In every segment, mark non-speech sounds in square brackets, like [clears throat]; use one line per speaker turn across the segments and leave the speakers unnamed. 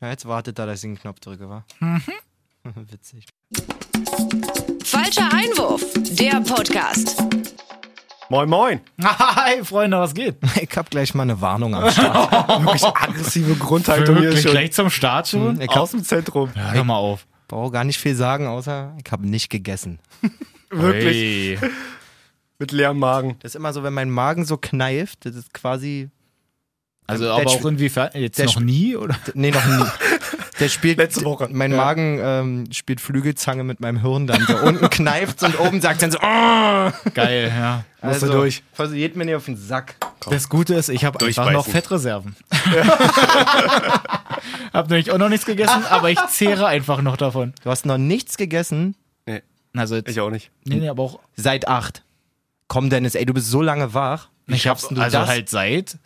Ja, jetzt wartet da, dass ich den Knopf drücke, wa? [laughs] Witzig.
Falscher Einwurf, der Podcast.
Moin, moin.
Hi, Freunde, was geht?
Ich hab gleich mal eine Warnung am Start. [laughs]
Wirklich aggressive Grundhaltung hier
Wirklich
schon.
gleich zum Start schon?
Mhm, Ich
Aus
hab,
dem Zentrum.
Ja, hör mal auf.
brauche gar nicht viel sagen, außer ich habe nicht gegessen.
Wirklich.
Hey.
Mit leerem Magen.
Das ist immer so, wenn mein Magen so kneift, das ist quasi.
Also,
Der
aber auch
Sp-
inwiefern? Jetzt
der
noch
Sp-
nie? Oder?
Nee, noch [laughs] nie. Der spielt.
Letzte Woche.
Mein
Ja.
Magen ähm, spielt Flügelzange mit meinem Hirn dann. So unten kneift's und oben sagt dann so. Oh!
[laughs] Geil, ja.
Musst du durch.
Also geht mir nicht auf den Sack.
Das Gute ist, ich habe einfach
Durchbeißen.
noch Fettreserven. [laughs] hab nämlich auch noch nichts gegessen, aber ich zehre einfach noch davon.
Du hast noch nichts gegessen
Nee,
Also jetzt,
ich auch nicht.
nee, nee, aber auch.
seit acht. Komm, Dennis, ey, du bist so lange wach. Wie
Ich hab's
schaffst denn du
also
das?
halt seit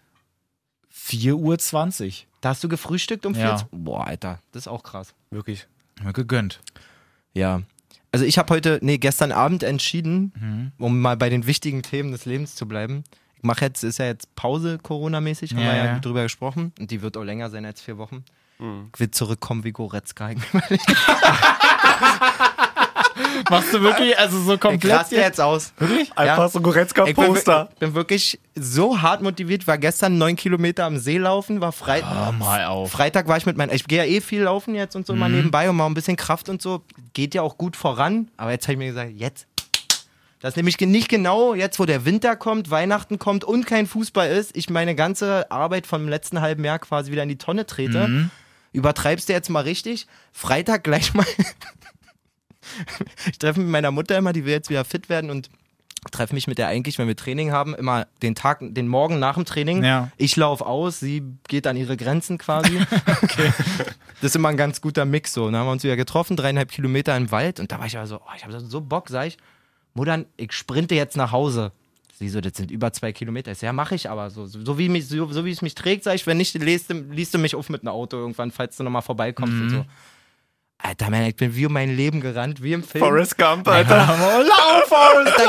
4.20
Da hast du gefrühstückt um
Ja.
14 Boah, Alter, das ist auch krass.
Wirklich.
Uhr. Mir gegönnt.
Ja. Also ich habe heute, nee, gestern Abend entschieden,
Mhm.
um mal bei den wichtigen Themen des Lebens zu bleiben. Ich mache jetzt, ist ja jetzt Pause Corona-mäßig, haben
Ja,
wir ja,
ja.
drüber gesprochen. Und die wird auch länger sein als vier Wochen.
Mhm.
Ich will zurückkommen wie
[laughs]
Goretzka.
Machst du wirklich, also so komplett
Krass jetzt aus. Wirklich?
Einfach so
Ich bin, wir-
Goretzka-Poster.
bin wirklich so hart motiviert, war gestern neun Kilometer am See laufen, war frei.
Hör mal auf. Mhm.
Freitag war ich mit meinen, ich gehe ja eh viel laufen jetzt und so mal nebenbei und mal ein bisschen Kraft und so. Geht ja auch gut voran, aber jetzt habe ich mir gesagt, jetzt. Das ist nämlich ge- nicht genau jetzt, wo der Winter kommt, Weihnachten kommt und kein Fußball ist, ich meine ganze Arbeit vom letzten halben Jahr quasi wieder in die Tonne trete.
Mhm.
Übertreibst du jetzt mal richtig? Freitag gleich mal. ich treffe mit meiner Mutter immer, die will jetzt wieder fit werden und treffe mich mit der eigentlich, wenn wir Training haben, immer den Tag, den Morgen nach dem Training.
Ja.
Ich laufe aus, sie geht an ihre Grenzen quasi. Das ist immer ein ganz guter Mix so. Dann haben wir uns wieder getroffen, dreieinhalb Kilometer im Wald und da war ich aber so, oh, ich habe so Bock, sag ich, Mutter, ich sprinte jetzt nach Hause. Sie so, das sind über zwei Kilometer. Ich so, ja, mache ich aber so. So, so wie mich, so, so wie es mich trägt, sag ich, wenn nicht, liest, du- liest du mich auf mit einem Auto irgendwann, falls du nochmal vorbeikommst und so. Alter, Mann, ich bin wie um mein Leben gerannt, wie im Film.
Forrest Gump, Alter.
Lauf, Forrest, ich,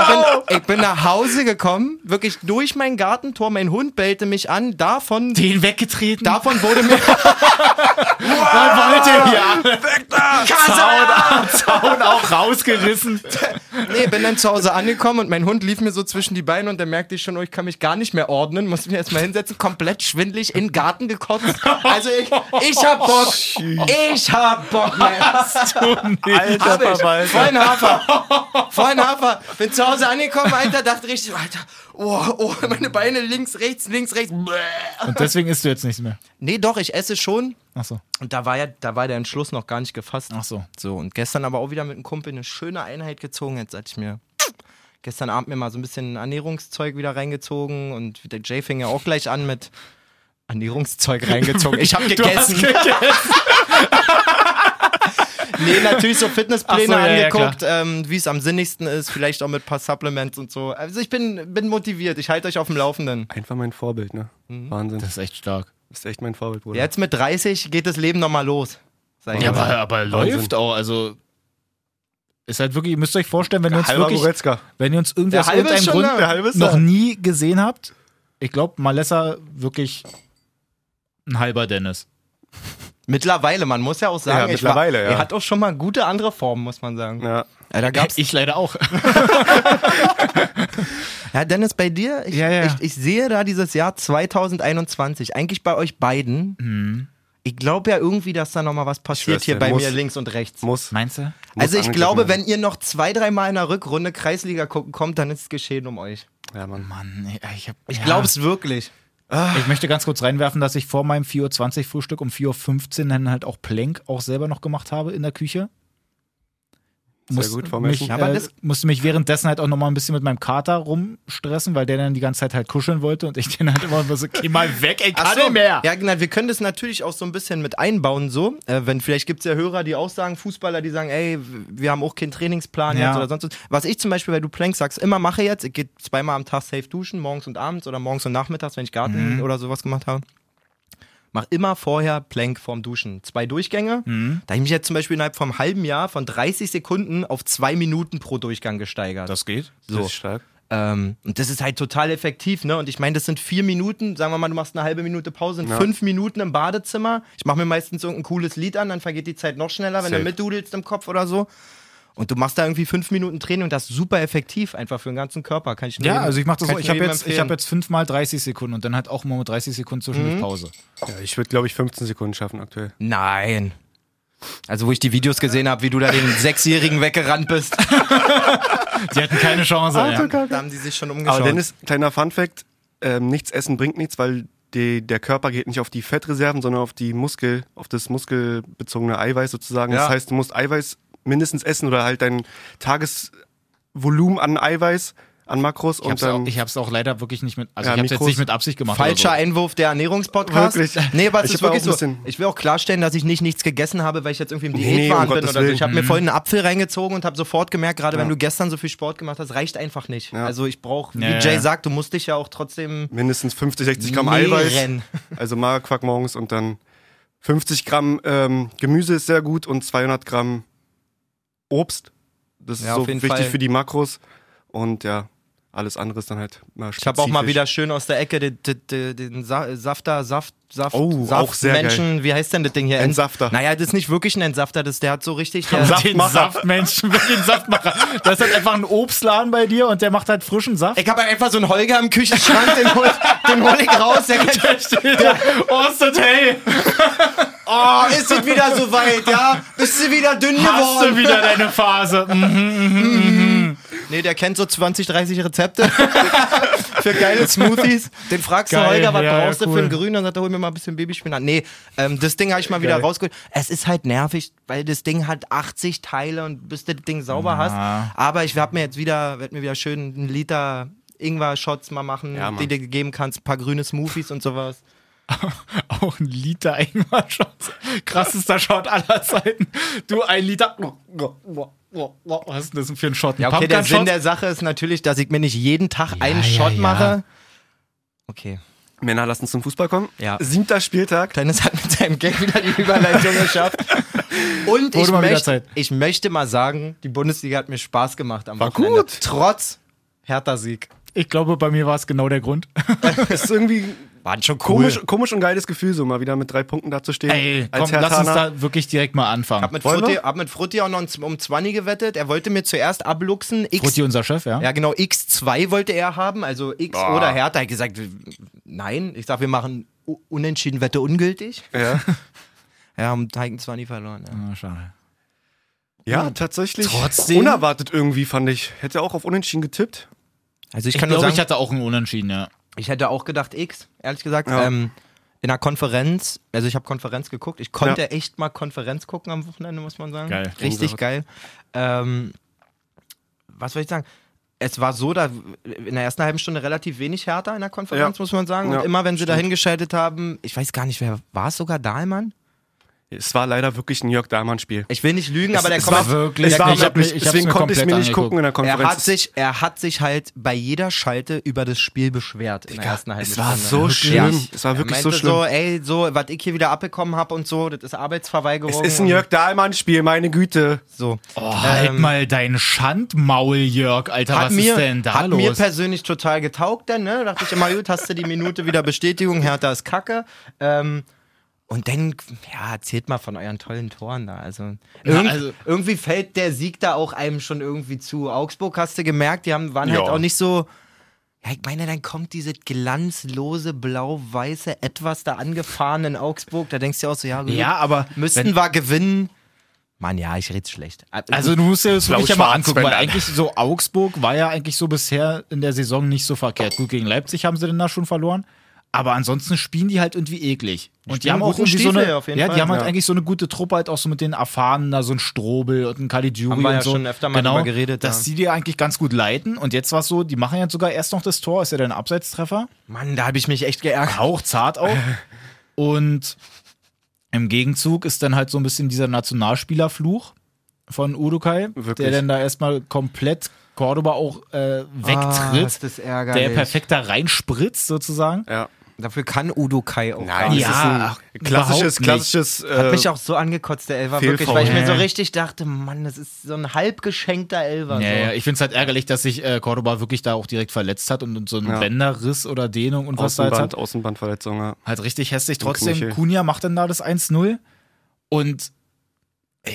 bin, ich bin nach Hause gekommen, wirklich durch mein Gartentor, mein Hund bellte mich an, davon,
den weggetreten?
davon wurde mir...
Dann wollte ja.
Zaun
Zaun auch
[laughs]
rausgerissen.
Nee, bin dann zu Hause angekommen und mein Hund lief mir so zwischen die Beine und dann merkte ich schon, oh, ich kann mich gar nicht mehr ordnen, musste mich erstmal hinsetzen, komplett schwindelig in den Garten gekotzt. Also ich, ich hab Bock. Ich hab Bock, Mann.
Alter
Voll
Verwalter.
ein Hafer. Voll ein Hafer. Bin zu Hause angekommen, Alter, dachte richtig, Alter, oh, oh, meine Beine links, rechts, links, rechts. Bäh.
Und deswegen isst du jetzt nichts mehr.
Nee, doch, ich esse schon.
Achso.
Und da war ja, da war der Entschluss noch gar nicht gefasst.
Ach so.
So, und gestern aber auch wieder mit einem Kumpel eine schöne Einheit gezogen. Jetzt hatte ich mir gestern Abend mir mal so ein bisschen Ernährungszeug wieder reingezogen und der Jay fing ja auch gleich an mit Ernährungszeug reingezogen. Ich
[laughs]
habe gegessen. nee, natürlich so Fitnesspläne
Ach so, ja, ja,
angeguckt, ähm, wie es am sinnigsten ist, vielleicht auch mit ein paar Supplements und so. Also ich bin, bin motiviert, ich halte euch auf dem Laufenden.
Einfach mein Vorbild, ne? Wahnsinn.
Mhm. Das ist echt stark.
Das ist echt mein Vorbild, Bruder.
Jetzt mit 30 geht das Leben nochmal los. Sag ich
Ja,
mal.
aber, aber
Wahnsinn.
läuft auch. Also ist halt wirklich, ihr müsst euch vorstellen, wenn ihr uns
Halber
wirklich,
Goretzka.
wenn ihr uns irgendwie
Der
aus
halbe ist schon
irgendeinem Grund
da.
Der halbe ist
noch
da.
nie gesehen habt, ich glaube, Malessa wirklich ein halber Dennis.
Mittlerweile, man muss ja auch sagen,
Ja,
ich war-
mittlerweile, ja.
er hat auch schon mal gute andere Formen, muss man sagen.
Ja.
Ja, da gab's
Ich leider auch.
Ja, Dennis, bei dir, ich,
Ja, ja.
Ich, ich sehe da dieses Jahr 2021, eigentlich bei euch beiden.
Mhm.
Ich glaube ja irgendwie, dass da nochmal was passiert
weiß,
hier
der
bei
muss-
mir links und rechts.
Muss.
Meinst du?
muss
also ich
angegriffen
glaube,
werden.
wenn ihr noch zwei, dreimal in der Rückrunde Kreisliga gucken kommt, dann ist es geschehen um euch.
Ja, Mann.
Mann, ey, ich hab.
Ich
ja.
glaub's wirklich.
Ich möchte ganz kurz reinwerfen, dass ich vor meinem 4.20 Uhr Frühstück um 4.15 Uhr dann halt auch Plank auch selber noch gemacht habe in der Küche.
Sehr gut vom
mich,
Essen.
äh,
Aber das-
musste mich währenddessen halt auch nochmal ein bisschen mit meinem Kater rumstressen, weil der dann die ganze Zeit halt kuscheln wollte und ich den halt immer so, geh mal weg, ey, kann
Ach so,
nicht mehr.
Ja, genau. Wir können das natürlich auch so ein bisschen mit einbauen, so. Äh, wenn vielleicht gibt's ja Hörer, die auch sagen, Fußballer, die sagen, ey, w- wir haben auch keinen Trainingsplan
Ja.
jetzt oder sonst was. Was ich zum Beispiel, weil du Plank sagst, immer mache jetzt, ich gehe zweimal am Tag safe duschen, morgens und abends oder morgens und nachmittags, wenn ich Garten oder sowas gemacht habe. Mach immer vorher Plank vorm Duschen. Zwei Durchgänge. Da hab ich mich jetzt zum Beispiel innerhalb vom halben Jahr von 30 Sekunden auf zwei Minuten pro Durchgang gesteigert.
Das geht.
so.
stark.
Ähm, und das ist halt total effektiv, ne? Und ich meine, das sind vier Minuten, sagen wir mal, du machst eine halbe Minute Pause, in
Ja.
fünf Minuten im Badezimmer. Ich mache mir meistens irgendein cooles Lied an, dann vergeht die Zeit noch schneller, wenn
Safe.
du mitdudelst im Kopf oder so. Und du machst da irgendwie fünf Minuten Training und das ist super effektiv, einfach für den ganzen Körper. Kann ich nur
Ja,
jedem-
also ich mache das
kann
so, ich
nur
habe
jedem
jetzt, ich
empfehlen.
hab jetzt fünfmal 30 Sekunden und dann halt auch immer mit 30 Sekunden zwischendurch Pause.
Ja, ich würde, glaube ich, 15 Sekunden schaffen aktuell.
Nein. Also, wo ich die Videos gesehen habe, wie du
[laughs]
da den Sechsjährigen weggerannt bist,
Die hatten keine Chance.
Ah,
ja.
da haben die sich schon umgeschaut.
Aber Dennis, kleiner Funfact, ähm, nichts essen bringt nichts, weil die, der Körper geht nicht auf die Fettreserven, sondern auf die Muskel, auf das muskelbezogene Eiweiß sozusagen.
Ja.
Das heißt, du musst Eiweiß mindestens essen oder halt dein Tagesvolumen an Eiweiß, an Makros
Ich
und
hab's, auch,
dann.
ich hab's auch leider wirklich nicht mit, also
Ja,
ich hab's jetzt
Mikros-
nicht mit Absicht gemacht. oder
Falscher Einwurf der Ernährungspodcast.
Wirklich.
Nee, aber es
Ich
ist
hab auch
wirklich
ein
so.
bisschen-
Ich will auch klarstellen, dass ich nicht nichts gegessen habe, weil ich jetzt irgendwie im
Nee,
Diätwahn
um
bin
Gottes
oder so. Ich
Willen. Mhm.
habe mir vorhin einen Apfel reingezogen und habe sofort gemerkt, gerade wenn
Ja.
du gestern so viel Sport gemacht hast, reicht einfach nicht.
Ja.
Also ich brauche, wie
Ja, ja,
Jay
ja.
sagt, du musst dich ja auch trotzdem
mindestens 50, 60 Gramm
mehren.
Eiweiß. Also Magerquark morgens und dann 50 Gramm ähm, Gemüse ist sehr gut und 200 Gramm Obst. Das ist
Ja,
so
auf jeden
wichtig
Fall.
für die Makros. Und ja, alles andere ist dann halt mal
Ich habe auch mal
spezifisch.
wieder schön aus der Ecke den, den, den, den Sa Safter, Saft, Saft,
Oh,
Saft
auch sehr
Menschen, wie heißt denn das Ding hier? Ent-
Entsafter.
Naja, das ist nicht wirklich ein Entsafter, das, der hat so richtig.
so.
Der,
Und Den Saftmenschen, [laughs] mit den Saftmacher. Das ist halt einfach ein Obstladen bei dir und der macht halt frischen Saft.
ich habe einfach so einen Holger im Küchenschrank, den hol, den hol ich raus,
[laughs]
der kann
Ostet, [laughs] hey,
Oh, ist es wieder so weit, ja? Bist du wieder dünn
hast du
geworden?
wieder deine Phase. Mhm.
Nee, der kennt so 20, 30 [laughs] Rezepte für geile Smoothies. Den fragst du
Geil,
Holger, was
ja, ja,
brauchst du
cool.
für einen Grün? Dann sagt er, hol mir mal ein bisschen Babyspinat. Nee, ähm, das Ding habe ich mal wieder
Geil.
rausgeholt. Es ist halt nervig, weil das Ding hat 80 Teile und bis du das Ding sauber hast. Aber ich werde mir jetzt wieder, werd mir wieder schön einen Liter Ingwer-Shots mal machen,
Ja, Mann.
die du dir geben kannst, ein paar grüne Smoothies und sowas.
Auch ein Liter Ingwer Shot. Krassester Shot aller Zeiten. Du, ein Liter. Was ist denn das für ein Shot? Ein
Ja, okay, der Sinn
Pumpkin-Shot?
der Sache ist natürlich, dass ich mir nicht jeden Tag einen
ja,
Shot
ja.
mache. Okay.
Männer, lass uns zum Fußball kommen.
Ja.
Siebter Spieltag.
Dennis hat mit seinem Gag wieder die Überleitung geschafft. Und ich,
Wurde mal wieder
möcht,
Zeit.
ich möchte mal sagen, die Bundesliga hat mir Spaß gemacht am
War
Wochenende.
gut.
Trotz härter Sieg.
Ich glaube, bei mir war es genau der Grund.
Das [laughs] ist irgendwie
Waren schon cool.
komisch, komisch und geiles Gefühl, so mal wieder mit drei Punkten da zu stehen.
Ey, komm,
als Herr
lass uns
Tana.
da wirklich direkt mal
Hab
anfangen.
mit,
Wollen
Frutti,
wir?
hab mit Frutti auch noch um- um 20 gewettet. Er wollte mir zuerst abluchsen. X,
Frutti, unser Chef, ja?
Ja, genau, X2 wollte er haben, also X
Boah.
oder Hertha. Er hat gesagt, nein. Ich sag, wir machen U- unentschieden Wette ungültig.
Ja,
Ja, haben Teigen zwar nie verloren. Ja.
Ah, schade.
ja tatsächlich.
Trotzdem.
Unerwartet irgendwie, fand ich. Hätte auch auf Unentschieden getippt.
Also ich
Ich,
kann
glaube,
nur sagen,
ich hatte auch einen Unentschieden, ja.
Ich hätte auch gedacht X, ehrlich gesagt.
Ja.
Ähm, in einer Konferenz, also ich habe Konferenz geguckt. Ich konnte
Ja.
echt mal Konferenz gucken am Wochenende, muss man sagen.
Geil.
Richtig
Gänsehaut.
geil. Ähm, was soll ich sagen? Es war so, da in der ersten halben Stunde relativ wenig härter in der Konferenz,
Ja.
muss man sagen.
Ja,
Und immer, wenn sie da hingeschaltet haben, ich weiß gar nicht, wer war es sogar Dahlmann?
Es war leider wirklich ein Jörg Dahlmann-Spiel.
Ich will nicht lügen, aber der
es
Kommentar-
war Es
wirklich- Ja,
war
ich hab
unglaublich.
mich- ich hab's
Deswegen
mir
konnte ich es mir
komplett
nicht gucken in der
er
Konferenz.
hat, sich, er hat sich halt bei jeder Schalte über das Spiel beschwert in der ersten halben
es war
Stunde.
so schlimm. Es war
Er
wirklich so
meinte
schlimm.
So, ey, so, was ich hier wieder abbekommen habe und so, das ist Arbeitsverweigerung.
es ist ein
und
Jörg Dahlmann-Spiel, meine Güte.
So. Ähm,
Oh, halt mal dein Schandmaul, Jörg, Alter,
Hat
was
mir,
ist denn da
hat
los?
mir persönlich total getaugt, dann, ne? Dachte ich immer, gut, hast du die Minute wieder Bestätigung, Hertha ist kacke. Ähm, und dann, ja, erzählt mal von euren tollen Toren da. Also, irgend,
also-
irgendwie fällt der Sieg da auch einem schon irgendwie zu. Augsburg hast du gemerkt, die haben, waren halt
Ja.
auch nicht so. Ja, ich meine, dann kommt diese glanzlose, blau-weiße, etwas da angefahren in Augsburg. Da denkst du ja auch so, ja, gut,
ja, aber
müssten wir gewinnen. Mann, ja, ich red's schlecht.
Also du musst dir das wirklich ja mal
schwarz,
angucken,
wenn
weil
dann.
eigentlich so Augsburg war ja eigentlich so bisher in der Saison nicht so verkehrt. Gut, gegen Leipzig haben sie denn da schon verloren. Aber ansonsten spielen die halt irgendwie eklig. Und die
spielen
haben auch
guten
irgendwie so
Stiefel
eine,
auf jeden
ja,
Fall,
die haben halt
ja.
eigentlich so eine gute Truppe halt auch so mit den Erfahrenen, da so ein Strobel und ein Caligiuri
Haben wir
und
ja
so.
schon öfter mal
genau,
drüber geredet,
Dass die dir eigentlich ganz gut leiten. Und jetzt war es so, die machen jetzt sogar erst noch das Tor, ist ja dein Abseitstreffer.
Mann, da habe ich mich echt geärgert. [laughs]
hauchzart auch. Und im Gegenzug ist dann halt so ein bisschen dieser Nationalspielerfluch von Urukai,
Wirklich.
der dann da erstmal komplett Cordoba auch äh,
Ah,
wegtritt,
ist das ärgerlich.
der perfekt da reinspritzt sozusagen.
Ja.
Dafür kann Udo Kai auch.
Nein,
gar nicht.
das ist
Ja,
ein
ach,
klassisches,
überhaupt nicht.
klassisches.
Hat
äh,
mich auch so angekotzt, der Elfer, wirklich, weil ich
Fehlverhalten.
mir so richtig dachte, Mann, das ist so ein halb geschenkter Elfer.
Ja,
so.
ja, ich finde es halt ärgerlich, dass sich äh, Cordoba wirklich da auch direkt verletzt hat und, und so einen
Ja.
Bänderriss oder Dehnung und was da jetzt
äh, Außenband,
hat.
Außenbandverletzung. Ja.
Halt richtig hässlich.
Knöchel.
Trotzdem, Kunja macht dann da das 1-0
[laughs]
und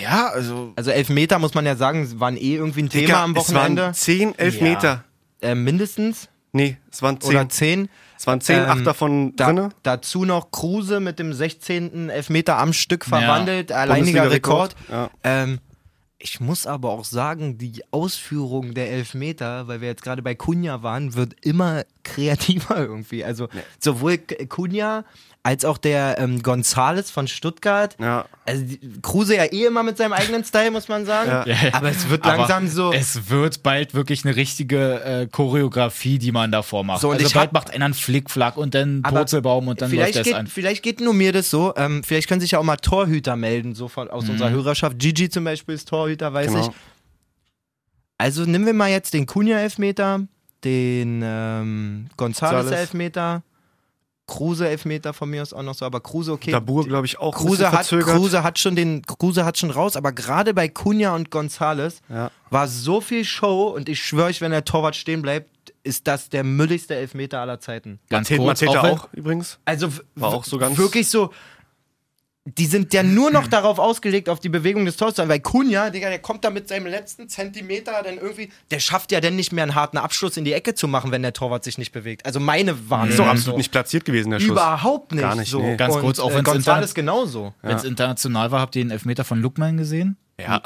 ja, also
Also Elfmeter, muss man ja sagen, waren eh irgendwie ein Thema
Digga,
am
Es waren
Wochenende.
10, 11
Ja.
Meter.
Äh, mindestens.
Nee, es waren 10.
Oder zehn.
es waren 10,
ähm,
8 davon
Da,
drinne.
dazu noch Kruse mit dem 16. Elfmeter am Stück verwandelt, alleiniger Rekord.
Bundesliga-Rekord. Ja.
Ähm, ich muss aber auch sagen, die Ausführung der Elfmeter, weil wir jetzt gerade bei Kunja waren, wird immer [laughs] kreativer irgendwie. Also sowohl K- Kunja als auch der ähm, Gonzales von Stuttgart.
Ja.
Also die, Kruse ja eh immer mit seinem eigenen Style, muss man sagen.
Ja.
Ja, ja.
Aber es wird
Aber
langsam so.
Es wird bald wirklich eine richtige äh, Choreografie, die man davor macht.
So, und
also
ich
bald
hab-
macht einer einen Flickflack und dann
Aber
Purzelbaum und dann läuft
vielleicht
das
geht,
an.
Vielleicht geht nur mir das so. Ähm, vielleicht können sich ja auch mal Torhüter melden, so von, aus unserer Hörerschaft. Gigi zum Beispiel ist Torhüter, weiß
Mhm. Genau.
ich. Also nehmen wir mal jetzt den Kunja-Elfmeter, den ähm,
Gonzales.
Gonzales-Elfmeter, Kruse-Elfmeter von mir aus auch noch so, aber Kruse, okay.
Dabur, glaube ich, auch ein bisschen
Kruse hat,
verzögert.
Kruse hat schon den Kruse hat schon raus, aber gerade bei Kunja und Gonzales
Ja.
war so viel Show und ich schwöre euch, wenn der Torwart stehen bleibt, ist das der mülligste Elfmeter aller Zeiten.
Ganz
Ted
kurz,
Mateta
wenn-
auch übrigens.
Also w-
War auch so ganz-
wirklich so. Die sind ja nur noch darauf ausgelegt, auf die Bewegung des Tors zu sein, weil Kunja, Digga, der kommt da mit seinem letzten Zentimeter dann irgendwie, der schafft ja dann nicht mehr einen harten Abschluss in die Ecke zu machen, wenn der Torwart sich nicht bewegt. Also meine Wahrnehmung.
Ist doch absolut nicht platziert gewesen, der Schuss.
Überhaupt nicht.
Gar nicht,
so.
nee.
Ganz kurz, auch
äh,
wenn's
Gonzales
Inter-
genauso.
Wenn es international war, habt ihr den Elfmeter von Lukman gesehen? Äh,
Ja.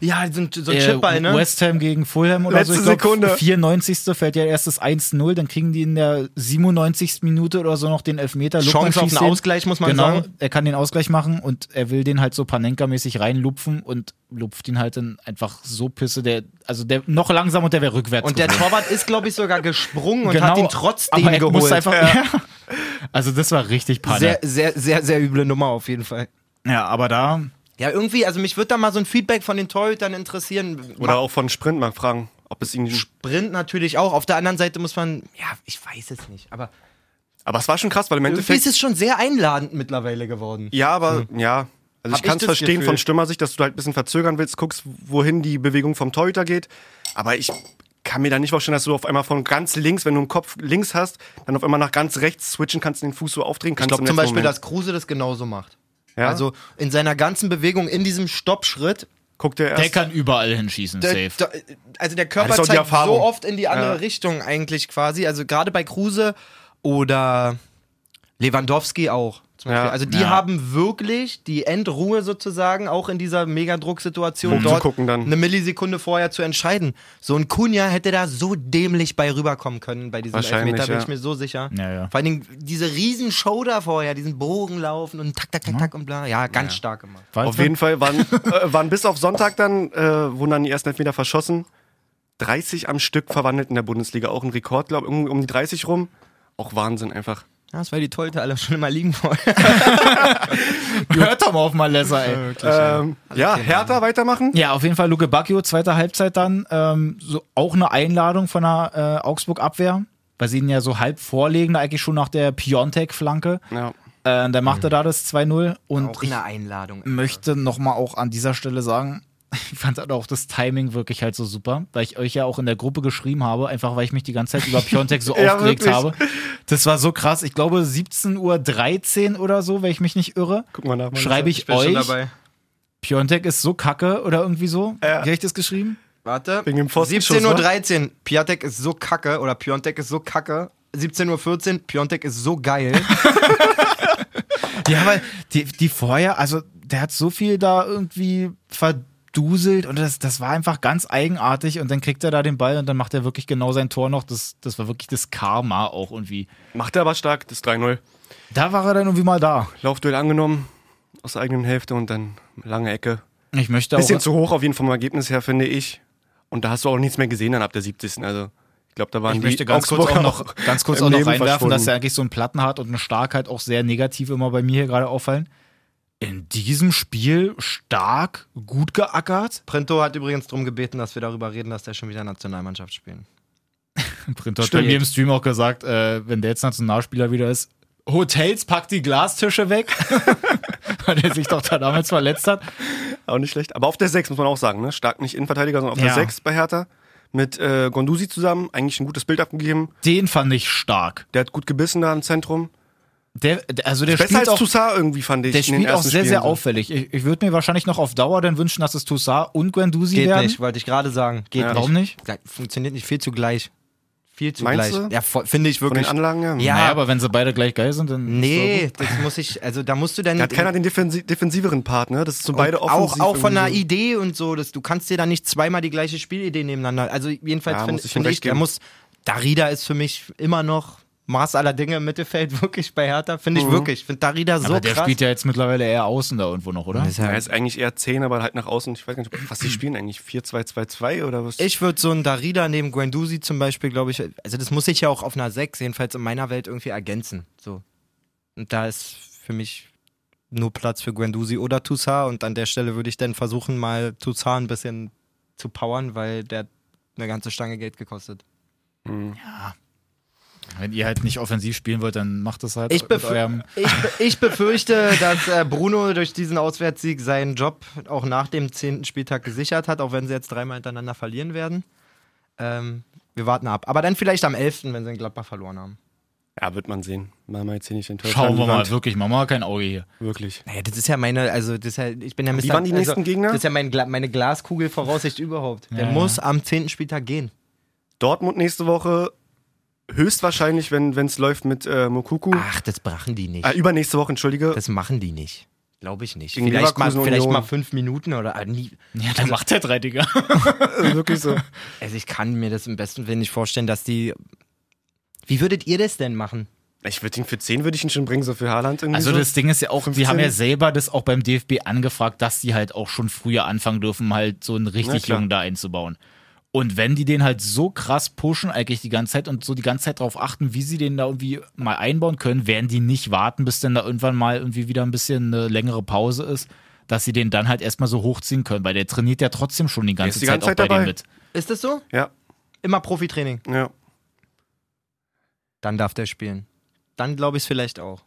Ja, so, ein-
Äh,
so ein Chipball, ne?
West Ham gegen Fulham oder
Letzte
so. Ich glaub,
Sekunde.
94. fällt ja erst das 1-0, dann kriegen die in der 97. Minute oder so noch den Elfmeter. Lookman
Chance auf
schießt
einen
den.
Ausgleich, muss man
genau,
sagen.
er kann den Ausgleich machen und er will den halt so Panenka-mäßig reinlupfen und lupft ihn halt dann einfach so pisse, der, also der noch langsam und der wäre rückwärts.
Und der
geflogen.
Torwart ist, glaube ich, sogar gesprungen und
Genau,
hat ihn trotzdem
Genau, aber er
geholt.
musste Einfach, ja. [laughs] Also das war richtig Panne.
sehr, sehr, sehr, sehr üble Nummer auf jeden Fall.
ja, aber da,
Ja, irgendwie, also mich würde da mal so ein Feedback von den Torhütern interessieren.
Oder auch von Sprint mal fragen, ob es ihnen.
Sprint natürlich auch. Auf der anderen Seite muss man, ja, ich weiß es nicht, aber
Aber es war schon krass, weil im
irgendwie ist
Endeffekt.
es schon sehr einladend mittlerweile geworden.
Ja, aber
Hab
ja. Also ich
ich
kann es
das
verstehen
Gefühl.
von Stürmersicht, dass du halt ein bisschen verzögern willst, guckst, wohin die Bewegung vom Torhüter geht. Aber ich kann mir da nicht vorstellen, dass du auf einmal von ganz links, wenn du einen Kopf links hast, dann auf einmal nach ganz rechts switchen kannst, den Fuß so aufdrehen
Ich
kannst.
glaube
im
zum
letzten
Beispiel,
Moment.
dass Kruse das genauso macht.
Ja?
Also in seiner ganzen Bewegung, in diesem Stoppschritt,
guckt der
der
erst.
kann überall hinschießen,
der,
safe.
der, also der
Ja, das
Körper
ist doch die
zeigt
Erfahrung.
so oft in die andere
Ja.
Richtung eigentlich quasi. Also gerade bei Kruse oder Lewandowski auch. Zum
Ja.
Beispiel. Also die
Ja.
haben wirklich die Endruhe sozusagen auch in dieser Megadrucksituation dort
Hochzugucken dann.
eine Millisekunde vorher zu entscheiden. So ein Kunja hätte da so dämlich bei rüberkommen können bei diesem
Wahrscheinlich,
Elfmeter, bin
ja.
ich mir so sicher.
Ja, ja.
Vor allen Dingen diese riesen Show da vorher, diesen Bogen laufen und tak, tak,
Mhm.
tak, tak und bla. Ja, ganz stark gemacht.
Warte.
Auf jeden Fall waren, äh, waren bis auf Sonntag dann, äh, wurden dann die ersten Elfmeter verschossen. 30 am Stück verwandelt in der Bundesliga. Auch ein Rekord, glaube ich, um, um die 30 rum. Auch Wahnsinn einfach.
Ja, das war die Tolte alle schon immer liegen wollen.
[laughs] Hört doch mal auf Malessa, ey.
Ähm, ja, Hertha weitermachen.
Ja, auf jeden Fall Luke Bacchio, zweite Halbzeit dann. Ähm, so auch eine Einladung von der äh, Augsburg-Abwehr, weil sie ihn ja so halb vorlegen, da eigentlich schon nach der Piontek-Flanke.
Ja.
Äh, dann macht er da das 2-0 und
Mhm. Auch
ich
eine Einladung.
möchte nochmal auch an dieser Stelle sagen, [laughs] ich fand halt auch das Timing wirklich halt so super, weil ich euch ja auch in der Gruppe geschrieben habe, einfach weil ich mich die ganze Zeit über Piontek so
Ja,
aufgeregt
wirklich.
habe. Das war so krass. Ich glaube 17.13 Uhr oder so, wenn ich mich nicht irre,
Guck mal nach.
schreibe ich,
bin
euch,
schon dabei.
Piontek ist so kacke oder irgendwie so. Wie habe ich das geschrieben?
Warte.
Wegen dem Pfostenschuss,
17.13 Uhr. Piatek ist so kacke oder Piontek ist so kacke. 17.14 Uhr. Piontek ist so
[laughs]
geil.
Ja, aber die, die vorher, also der hat so viel da irgendwie verduselt und das, das war einfach ganz eigenartig und dann kriegt er da den Ball und dann macht er wirklich genau sein Tor noch. Das, das war wirklich das Karma auch irgendwie.
Macht er aber stark, das 3-0.
Da war er dann irgendwie mal da.
Laufduell angenommen, aus der eigenen Hälfte und dann lange Ecke.
Ich möchte auch.
Bisschen zu hoch auf jeden Fall vom Ergebnis her, finde ich. Und da hast du auch nichts mehr gesehen dann ab der 70. Also, ich glaube, da waren
ich
die
möchte ganz kurz auch
Augsburger
noch, ganz kurz
im
auch noch
Leben
reinwerfen, dass
verschwunden.
er eigentlich so einen Platten hat und eine Starkheit auch sehr negativ immer bei mir hier gerade auffallen. In diesem Spiel stark, gut geackert.
Printo hat übrigens darum gebeten, dass wir darüber reden, dass der schon wieder Nationalmannschaft spielen.
Printer hat bei
Stimmt.
mir im Stream auch gesagt, äh, wenn der jetzt Nationalspieler wieder ist, Hotels packt die Glastische weg, weil der sich doch da damals verletzt hat.
Auch nicht schlecht. Aber auf der 6 muss man auch sagen, ne? Stark nicht Innenverteidiger, sondern auf der
Ja.
6 bei Hertha. Mit äh, Gondusi zusammen, eigentlich ein gutes Bild abgegeben.
Den fand ich stark.
Der hat gut gebissen da im Zentrum.
Der, der, also der
Besser
spielt
als
auch,
Toussaint irgendwie, fand ich.
der
in den
spielt auch
ersten
sehr,
Spielen
sehr
so.
auffällig. Ich, ich würde mir wahrscheinlich noch auf Dauer dann wünschen, dass es Toussaint und Guendouzi
Geht
werden.
nicht, wollte ich gerade sagen. Geht
Ja.
nicht.
Warum nicht?
Ja, Funktioniert nicht, viel zu gleich. Viel zu
Meinst
gleich.
du?
Ja, vo- finde ich
Von den
wirklich.
Anlagen her.
Ja.
Naja, aber wenn sie beide gleich geil sind, dann. ist doch
Nee,
gut.
das muss ich, also da musst du dann.
Da hat keiner den defensi defensiveren Part, ne? Das ist so beide
Und auch,
offensiv.
auch von einer
irgendwie
Idee und so, dass du kannst dir da nicht zweimal die gleiche Spielidee nebeneinander. Also jedenfalls
Ja,
finde
muss ich
find
ihm
ich,
recht
da
geben.
muss Darida ist für mich immer noch Maß aller Dinge im Mittelfeld [laughs] wirklich bei Hertha, finde ich
Mhm.
wirklich. Ich finde Darida so
aber der
krass.
spielt ja jetzt mittlerweile eher außen da irgendwo noch, oder?
so. Ja, ist eigentlich eher 10, aber halt nach außen. Ich weiß gar nicht, was die spielen eigentlich. 4-2-2-2 oder was?
ich würde so einen Darida neben Guendouzi zum Beispiel, glaube ich, also das muss ich ja auch auf einer 6, jedenfalls in meiner Welt irgendwie ergänzen. So. Und da ist für mich nur Platz für Guendouzi oder Toussaint und an der Stelle würde ich dann versuchen, mal Toussaint ein bisschen zu powern, weil der hat eine ganze Stange Geld gekostet.
Wenn ihr halt nicht offensiv spielen wollt, dann macht das halt.
Ich,
mit
befür
eurem-
ich, be- ich befürchte, dass äh, Bruno durch diesen Auswärtssieg seinen Job auch nach dem 10. Spieltag gesichert hat, auch wenn sie jetzt dreimal hintereinander verlieren werden. Ähm, wir warten ab. Aber dann vielleicht am 11., wenn sie in Gladbach verloren haben.
Ja, wird man sehen. Mal mal jetzt hier nicht den Teufel an
Schauen
die
wir mal,
Wand.
wirklich, mach mal kein Auge hier.
Wirklich.
Naja, das ist ja meine, also das ist ja, ich bin ja Mr.
Wie waren die
also,
nächsten Gegner?
Das ist ja mein, Gla- meine Glaskugel-Voraussicht überhaupt. Der
Ja.
muss am 10. Spieltag gehen.
Dortmund nächste Woche. Höchstwahrscheinlich, wenn es läuft mit äh, Mokuku.
Ah,
Ach, das brachen die nicht.
Äh, übernächste Woche, entschuldige.
Das machen die nicht. Glaube ich nicht.
Gegen
Vielleicht mal,
Leverkusen
vielleicht
Union.
mal fünf Minuten oder ah, nie.
Ja, dann macht der drei Digga.
ist wirklich so.
Also ich kann mir das im besten Willen nicht vorstellen, dass die. Wie würdet ihr das denn machen?
[laughs] Ich würde ihn für 10 würde ich ihn schon bringen, so für Haaland irgendwie.
Also
so.
das Ding ist ja auch, die
15?
haben ja selber das auch beim DFB angefragt, dass sie halt auch schon früher anfangen dürfen, halt so einen
Na
richtig
klar.
Jungen da einzubauen. Und wenn die den halt so krass pushen eigentlich die ganze Zeit und so die ganze Zeit drauf achten, wie sie den da irgendwie mal einbauen können, werden die nicht warten, bis denn da irgendwann mal irgendwie wieder ein bisschen eine längere Pause ist, dass sie den dann halt erstmal so hochziehen können, weil der trainiert ja trotzdem schon die ganze,
ist die ganze
Zeit,
Zeit
auch
dabei.
bei denen mit.
Ist das so?
Ja,
Immer Profitraining.
ja.
Dann darf der spielen. Dann glaube ich es vielleicht auch.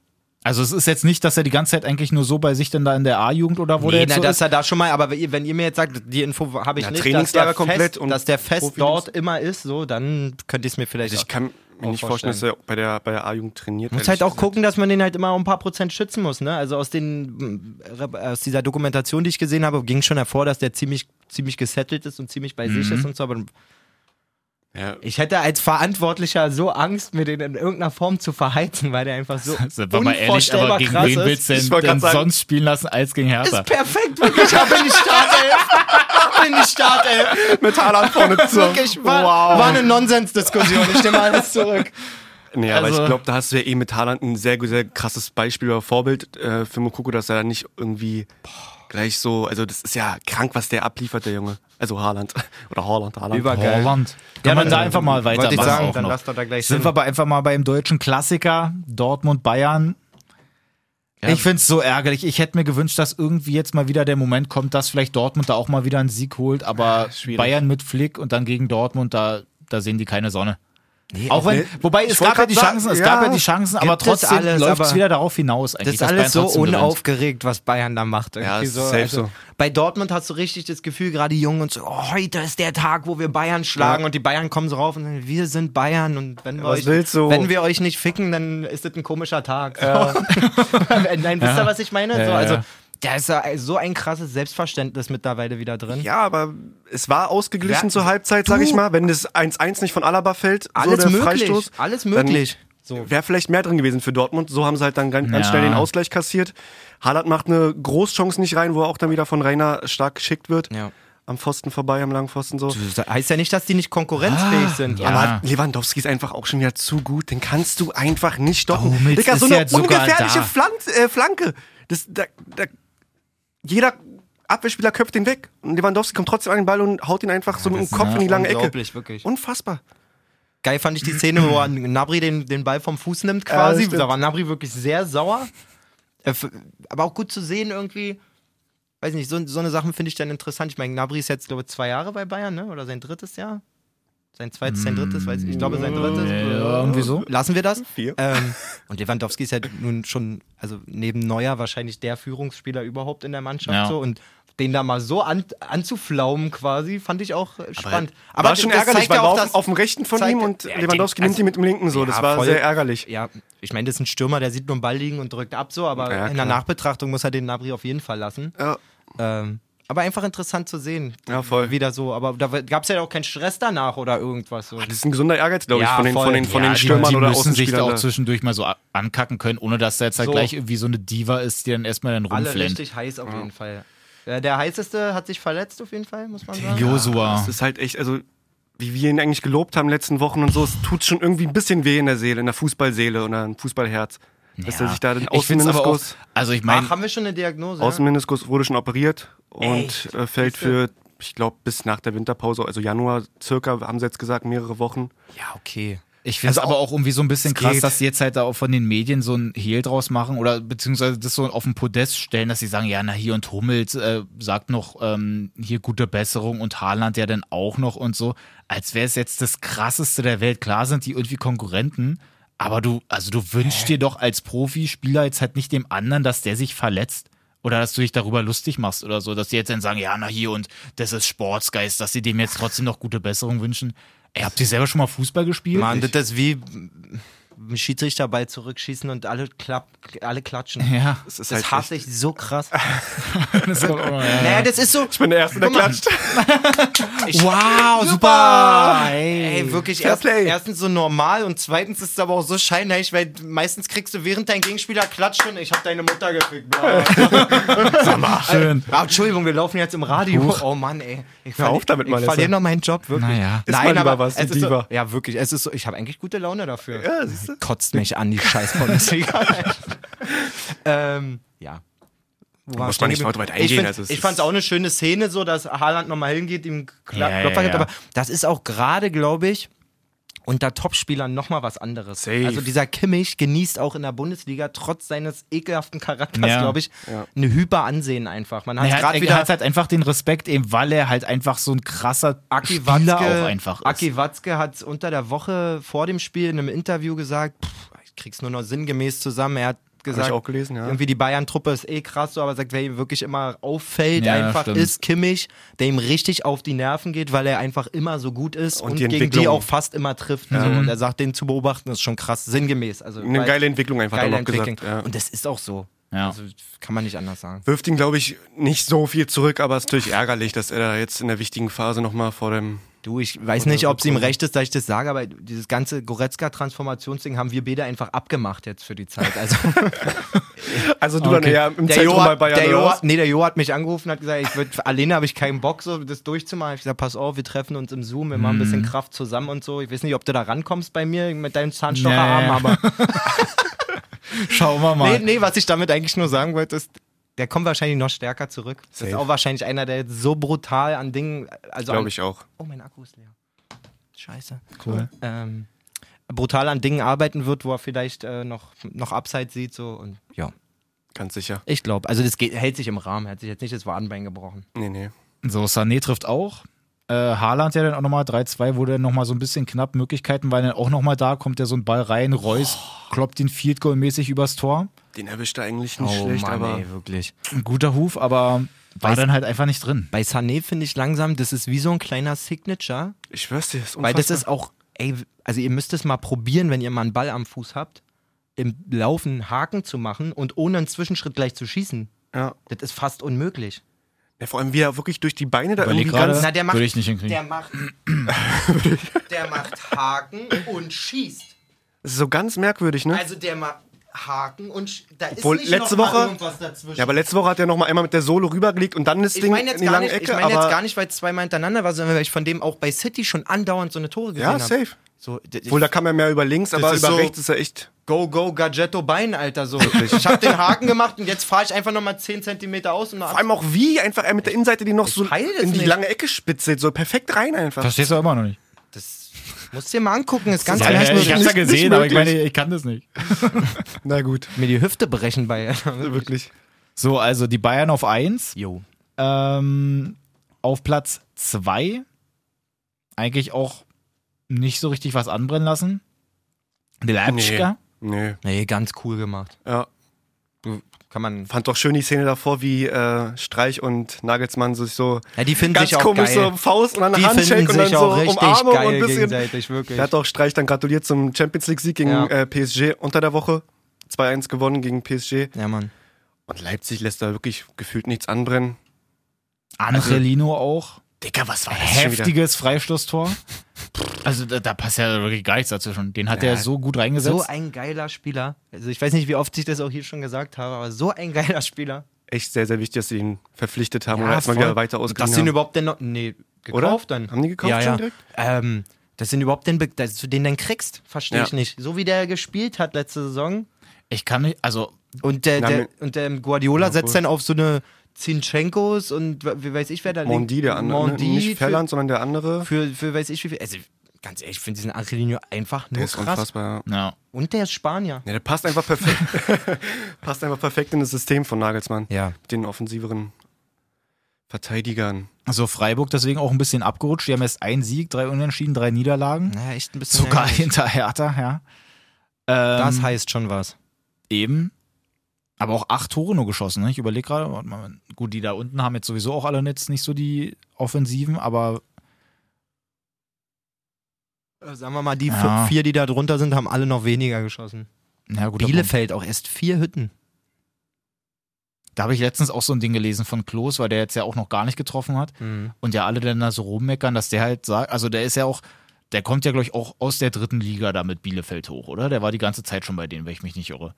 Also es ist jetzt nicht, dass er die ganze Zeit eigentlich nur so bei sich denn da in der A-Jugend oder wo der
nee,
jetzt
na,
so
dass
ist.
er da schon mal, aber wenn ihr, wenn ihr mir jetzt sagt, die Info habe ich
Na,
nicht,
Trainingslager
dass der
komplett
fest,
und
dass der fest
Profis.
dort immer ist, so, dann könnte ich es mir vielleicht.
Also Ich
auch-
kann mir nicht
Auch
vorstellen, dass er bei der, bei der A-Jugend trainiert.
muss
ehrlich
halt auch
gesagt.
gucken, dass man den halt immer um ein paar Prozent schützen muss. Ne? Also aus, den, mh, aus dieser Dokumentation, die ich gesehen habe, ging schon hervor, dass der ziemlich, ziemlich gesettelt ist und ziemlich bei
Mhm.
sich ist und so. Aber
Ja.
Ich hätte als Verantwortlicher so Angst, mir den in irgendeiner Form zu verheizen, weil der einfach
[laughs]
so
Sind wir mal ehrlich, aber
unvorstellbar
gegen
krass
wen willst
ist.
du
Ich
denn,
wollte
denn
grad sagen-
sonst spielen lassen als gegen Hertha?
Ist perfekt, wirklich. Ab in die Startelf. Ab in die
[laughs]
Startelf.
Mit Haaland [laughs] vorne zusammen.
Wirklich, war, war eine Nonsensdiskussion. Ich nehme alles zurück.
Nee, aber
Also-
ich glaube, da hast du ja eh mit Haaland ein sehr, sehr krasses Beispiel oder Vorbild äh, für Mokoko, dass er da nicht irgendwie gleich so, also das ist ja krank, was der abliefert, der Junge. Also Haaland. [laughs] Oder Haaland, Haaland.
Übergeil.
Holland. Kann man da einfach mal
Wollte
weitermachen.
ich sagen,
auch
dann
noch.
lasst doch da gleich
Sind wir aber einfach mal beim deutschen Klassiker Dortmund Bayern. Ich finde es so ärgerlich. Ich hätte mir gewünscht, dass irgendwie jetzt mal wieder der Moment kommt, dass vielleicht Dortmund da auch mal wieder einen Sieg holt, aber
schwierig.
Bayern mit Flick und dann gegen Dortmund, da, da sehen die keine Sonne. auch
also
wenn,
nee.
wobei es
Ich wollt
gab ja
grad
die
sagen,
Chancen, es
ja,
gab ja die Chancen, aber
gibt es
trotzdem
alles,
läuft es
aber
wieder darauf hinaus. Eigentlich,
Das ist
dass
alles
Bayern
so
trotzdem gewinnt.
unaufgeregt, was Bayern da macht.
Ja,
Irgendwie Also
ist safe so.
Bei Dortmund hast du richtig das Gefühl, gerade die Jungen und so, oh, heute ist der Tag, wo wir Bayern schlagen
Ja.
und die Bayern kommen so rauf und sagen, wir sind Bayern und wenn wir,
Was
euch,
willst du?
wenn wir euch nicht ficken, dann ist das ein komischer Tag. So. [laughs] Nein, wisst ihr, was ich meine?
Ja,
so,
ja,
also,
ja.
da ist ja so ein krasses Selbstverständnis mittlerweile wieder drin.
Ja, aber es war ausgeglichen
Ja,
zur Halbzeit, sag ich mal. Wenn das 1-1 nicht von Alaba fällt, so
alles
der
möglich,
Freistoß,
alles
dann
möglich. So.
Wäre vielleicht mehr drin gewesen für Dortmund. So haben sie halt dann ganz, ganz
Ja.
schnell den Ausgleich kassiert. Haaland macht eine Großchance nicht rein, wo er auch dann wieder von Rainer stark geschickt wird.
Ja. Also,
Am Pfosten vorbei, am langen Pfosten so.
Das heißt ja nicht, dass die nicht
Ah.
konkurrenzfähig sind.
ja.
Aber Lewandowski ist einfach auch schon wieder zu gut. Den kannst du einfach nicht stoppen.
Hummels
Digga, so
ist
eine
jetzt sogar
ungefährliche
da.
Flanz, äh, Flanke. Das, da, da, jeder Abwehrspieler köpft den weg. Und Lewandowski kommt trotzdem an den Ball und haut ihn einfach so mit dem
das ist
Kopf in die lange Ecke.
Unglaublich, wirklich.
Unfassbar.
Geil fand ich die Szene, wo Nabri den, den Ball vom Fuß nimmt quasi.
Ja, stimmt.
da war Nabri wirklich sehr sauer. Äh, f- Aber auch gut zu sehen irgendwie. Weiß nicht, so, so eine Sachen finde ich dann interessant. Ich meine, Nabri ist jetzt, glaube ich, zwei Jahre bei Bayern, ne? oder sein drittes Jahr. Sein zweites, sein drittes, weiß ich, ich glaube sein drittes.
Äh,
Ja, irgendwie so.
Lassen wir das.
Vier.
Ähm, und Lewandowski ist ja nun schon, also neben Neuer wahrscheinlich der Führungsspieler überhaupt in der Mannschaft
Ja.
so und den da mal so an, anzuflaumen quasi, fand ich auch äh, spannend. Aber,
war schon
das
ärgerlich,
zeigt
weil
ja
war
auch,
auf,
dass-
auf dem rechten von
zeigt-
ihm und
Ja,
Lewandowski
den-
nimmt ihn mit dem linken so. Das
Ja,
war
voll.
sehr ärgerlich.
Ja, ich meine, das ist ein Stürmer, der sieht nur einen Ball liegen und drückt ab so, aber
Ja,
in der
klar.
Nachbetrachtung muss er den Nabri auf jeden Fall lassen.
Ja.
Ähm, aber einfach interessant zu sehen.
Ja, voll.
Wieder so. Aber da gab es ja auch keinen Stress danach oder irgendwas so.
Das ist ein gesunder Ehrgeiz, glaube ich,
Ja,
von den, von
voll.
den, von den
die-
Stürmern
die
oder ne?
müssen sich da auch
Außenspielern. da.
zwischendurch mal so a- ankacken können, ohne dass da jetzt halt
So.
gleich irgendwie so eine Diva ist, die dann erstmal dann
Alle
rumflennt.
richtig heiß auf jeden Fall. Äh, Der heißeste hat sich verletzt auf jeden Fall, muss man sagen.
Josua.
Das ist halt echt, also wie wir ihn eigentlich gelobt haben in den letzten Wochen und so, es tut schon irgendwie ein bisschen weh in der Seele, in der Fußballseele oder im Fußballherz. Dass er
Ja.
sich da den
Ich find's aber auch,
Außenmeniskus,
also ich meine,
Ach, haben wir schon eine Diagnose? ja?
Außenmeniskus wurde schon operiert und
Echt?
äh, fällt für, ich glaube, bis nach der Winterpause, also Januar circa, haben sie jetzt gesagt, mehrere Wochen.
Ja, okay.
Ich finde es
Also
aber auch irgendwie so ein bisschen
es
krass,
geht.
dass sie jetzt halt da auch von den Medien so ein Hehl draus machen oder beziehungsweise das so auf den Podest stellen, dass sie sagen, ja, na hier und Hummels äh, sagt noch ähm, hier gute Besserung und Haaland ja dann auch noch und so, als wäre es jetzt das krasseste der Welt. Klar sind die irgendwie Konkurrenten, aber du, also du wünschst dir doch als Profispieler jetzt halt nicht dem anderen, dass der sich verletzt. Oder dass du dich darüber lustig machst oder so, dass die jetzt dann sagen, ja, na hier und das ist Sportsgeist, dass sie dem jetzt trotzdem noch gute Besserung wünschen. Ey, habt ihr selber schon mal Fußball gespielt?
Mann, das ist wie ein Schiedsrichterball zurückschießen und alle, klapp, alle klatschen.
Ja,
Das ist
Das
halt
hasse ich so krass.
[laughs]
das
[laughs]
kommt auch mal, ja.
Naja, das ist so.
Ich bin der Erste, der klatscht.
Wow,
super!
Ey, wirklich,
Fair
erst,
play.
erstens so normal und zweitens ist es aber auch so scheinheilig, weil meistens kriegst du während dein Gegenspieler klatscht und ich hab deine Mutter gekriegt.
[laughs]
Bla.
Schön.
Ah, Entschuldigung, wir laufen jetzt im Radio. Oh Mann, ey. Ich
Hör auf damit mal,
Ich
Lester.
verliere noch meinen Job, wirklich.
Naja.
Iss mal lieber was, du
es ist so,
Diva.
Ja, wirklich, es ist so, ich habe eigentlich gute Laune dafür.
Ja, siehst du.
Kotzt mich
[laughs]
an, die scheiß Bundesliga. ähm, ja. Wo
Muss man nicht mal drüber eingehen,
Ich,
also
find-
es
ich
ist-
fand es auch eine schöne Szene, so dass Haaland nochmal hingeht, ihm Kla
Ja, ja,
Klopfer gibt.
ja.
Aber das ist auch gerade, glaube ich, unter Topspielern nochmal was anderes.
Safe.
Also dieser Kimmich genießt auch in der Bundesliga trotz seines ekelhaften Charakters,
Ja.
glaube ich, eine Hyperansehen einfach. Man hat
Er hat,
gerade
er
wieder
hat halt einfach den Respekt, eben weil er halt einfach so ein krasser
Aki
Spieler
Watzke,
auch einfach ist.
Aki Watzke hat unter der Woche vor dem Spiel in einem Interview gesagt, pff, ich krieg's nur noch sinngemäß zusammen. Er hat gesagt,
auch gelesen, ja.
irgendwie die Bayern-Truppe ist eh krass, so, aber sagt, wer ihm wirklich immer auffällt,
Ja,
einfach
stimmt.
ist Kimmich, der ihm richtig auf die Nerven geht, weil er einfach immer so gut ist und,
Und die
gegen die
Entwicklung.
auch fast immer trifft. So.
Mhm.
Und er sagt, den zu beobachten ist schon krass sinngemäß. Also
Eine
weil-
geile Entwicklung einfach
geile
da noch
Entwicklung.
gesagt. Ja.
Und das ist auch so.
Ja.
Also kann man nicht anders sagen.
Wirft ihn, glaube ich, nicht so viel zurück, aber es ist natürlich ärgerlich, dass er da jetzt in der wichtigen Phase nochmal vor dem.
Du, ich weiß nicht, ob es ihm recht ist, dass ich das sage, aber dieses ganze Goretzka-Transformationsding haben wir beide einfach abgemacht jetzt für die Zeit. Also
Also du
Okay.
dann eher im
der
Zentrum
Jo,
bei
hat,
Bayern.
der
oder
jo,
was?
nee, der Jo hat mich angerufen und hat gesagt, ich würd, alleine habe ich keinen Bock, so das durchzumachen. Ich gesagt, pass auf, wir treffen uns im Zoom, wir machen ein bisschen Kraft zusammen und so. Ich weiß nicht, ob du da rankommst bei mir mit deinem Zahnstocherarm,
Nee.
aber
Schauen wir mal.
nee, nee, was ich damit eigentlich nur sagen wollte, ist, der kommt wahrscheinlich noch stärker zurück. Das ist
Safe.
auch wahrscheinlich einer, der jetzt so brutal an Dingen, also an,
Glaube ich auch.
oh, mein Akku ist leer. Scheiße.
Cool.
ähm, brutal an Dingen arbeiten wird, wo er vielleicht äh, noch, noch Upside sieht. So. Und ja,
Ganz sicher.
ich glaube, also das geht, hält sich im Rahmen, er hat sich jetzt nicht das Wadenbein gebrochen.
Nee, nee.
So, Sané trifft auch. Äh, Haaland ja dann auch nochmal 3-2, wurde dann nochmal so ein bisschen knapp. Möglichkeiten waren dann auch nochmal da, kommt ja so ein Ball rein. Reus kloppt den Field Goal mäßig übers Tor.
Den erwischt er eigentlich nicht schlecht, aber.
Oh wirklich.
Ein guter Huf, aber war
Weiß-
dann halt einfach nicht drin.
Bei Sané finde ich langsam, das ist wie so ein kleiner Signature,
Ich schwör's dir, ist
weil das
unfassbar.
ist auch, ey, also ihr müsst es mal probieren, wenn ihr mal einen Ball am Fuß habt, im Laufen Haken zu machen und ohne einen Zwischenschritt gleich zu schießen.
Ja.
Das ist fast unmöglich.
ja. Vor allem, wie er wirklich durch die Beine da
Überleg
irgendwie
gerade,
ganz.
Na, der macht-
würde ich nicht hinkriegen. [laughs]
macht, der macht Haken und schießt.
Das ist so ganz merkwürdig, ne?
Also der mal Haken und sch- da ist
Obwohl,
nicht
letzte
noch mal
Woche-
irgendwas dazwischen.
ja, aber letzte Woche hat er nochmal einmal mit der Solo rübergelegt und dann das
ich
Ding
meine
in
jetzt,
die
gar
lange
nicht-
Ecke.
ich meine
aber
jetzt gar nicht, weil es zweimal hintereinander war, sondern weil ich von dem auch bei City schon andauernd so eine Tore gesehen
Ja,
habe.
safe.
So, d- d-
Obwohl, da kam er mehr über links, aber über
ist so-
rechts ist er echt.
go, go, Gadgetto Bein, Alter. So. Ich habe den Haken gemacht und jetzt fahre ich einfach nochmal 10 Zentimeter aus. Und
Vor allem auch wie einfach er mit der Innenseite die noch so
peil das
in die
nicht.
lange Ecke spitzelt, so perfekt rein einfach.
Verstehst du aber noch nicht.
das musst du dir mal angucken, ist ganz
Ja, ja,
merkwürdig.
ich hab's ja
Nicht-
gesehen, aber ich meine,
ich kann das nicht.
Na [laughs] gut,
Mir die Hüfte brechen bei. [laughs]
wirklich.
So, also die Bayern auf 1.
Jo.
Ähm, auf Platz 2 eigentlich auch nicht so richtig was anbrennen lassen. Delapschka.
Nee.
Nee, ganz cool gemacht.
Ja.
Kann man.
Fand doch schön die Szene davor, wie äh, Streich und Nagelsmann sich so
Ja, die finden
ganz
sich auch
komisch
geil.
so Faust und dann
die
Handshake
finden
und dann
sich auch
so
richtig
Umarmung
geil
und ein bisschen.
gegenseitig, wirklich.
Er hat auch Streich dann gratuliert zum Champions League-Sieg gegen
Ja.
äh, PSG unter der Woche. 2-1 gewonnen gegen PSG.
Ja, Mann.
Und Leipzig lässt da wirklich gefühlt nichts anbrennen.
Angelino auch.
Dicker, was war das schon wieder?
Heftiges [laughs] Freistoßtor. Also da, da passt ja wirklich gar nichts dazwischen. Den hat
Ja,
er so gut reingesetzt.
So ein geiler Spieler. Also ich weiß nicht, wie oft ich das auch hier schon gesagt habe, aber so ein geiler Spieler.
Echt sehr, sehr wichtig, dass sie ihn verpflichtet haben
Ja,
oder erstmal
voll.
wieder weiter
Dass
ausgeliehen
den
haben.
überhaupt denn noch. Nee,
Oder?
gekauft dann.
Haben die gekauft
ja,
schon
ja.
direkt?
Ähm, dass den überhaupt denn, be- dass du den dann kriegst, verstehe
Ja.
ich nicht. So wie der gespielt hat letzte Saison.
Ich kann mich, also
Und der,
Na,
der,
mit-
und der Guardiola
Ja,
setzt
wohl.
dann auf so eine Zinchenkos und w- wie weiß ich, wer da links-
Mondi, der andere.
Mondi
ne? Nicht
für-
Ferland, sondern der andere.
für, für weiß ich wie viel. Also, ganz ehrlich, ich finde diesen Angelino einfach nur
Der ist
krass.
unfassbar. Ja.
ja.
Und der ist Spanier.
Ja, der passt einfach perfekt. [laughs] passt einfach perfekt in das System von Nagelsmann.
Ja.
Mit den offensiveren Verteidigern.
Also Freiburg deswegen auch ein bisschen abgerutscht. Die haben erst einen Sieg, drei Unentschieden, drei Niederlagen.
Naja, echt ein bisschen.
Sogar [laughs]
ärgerlich.
hinter Hertha, ja. Ähm,
Das heißt schon was.
eben. Aber auch acht Tore nur geschossen. Ne? Ich überlege gerade, warte mal, gut, die da unten haben jetzt sowieso auch alle jetzt nicht so die Offensiven, aber
Äh, Sagen wir mal, die
Ja.
fü- vier, die da drunter sind, haben alle noch weniger geschossen.
na gut.
Bielefeld auch erst vier Hütten.
Da habe ich letztens auch so ein Ding gelesen von Klos, weil der jetzt ja auch noch gar nicht getroffen hat.
Hm.
Und ja, alle dann da so rummeckern, dass der halt sagt, also der ist ja auch, der kommt ja, glaube ich, auch aus der dritten Liga da mit Bielefeld hoch, oder? Der war die ganze Zeit schon bei denen, wenn ich mich nicht irre.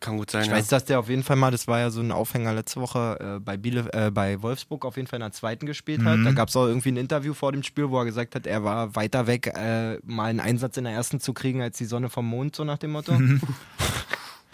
Kann gut sein.
Ich
ja.
weiß, dass der auf jeden Fall mal, das war ja so ein Aufhänger letzte Woche äh, bei, Biele, äh, bei Wolfsburg, auf jeden Fall in der zweiten gespielt hat.
Mhm.
Da gab es auch irgendwie ein Interview vor dem Spiel, wo er gesagt hat, er war weiter weg, äh, mal einen Einsatz in der ersten zu kriegen, als die Sonne vom Mond, so nach dem [laughs] Motto.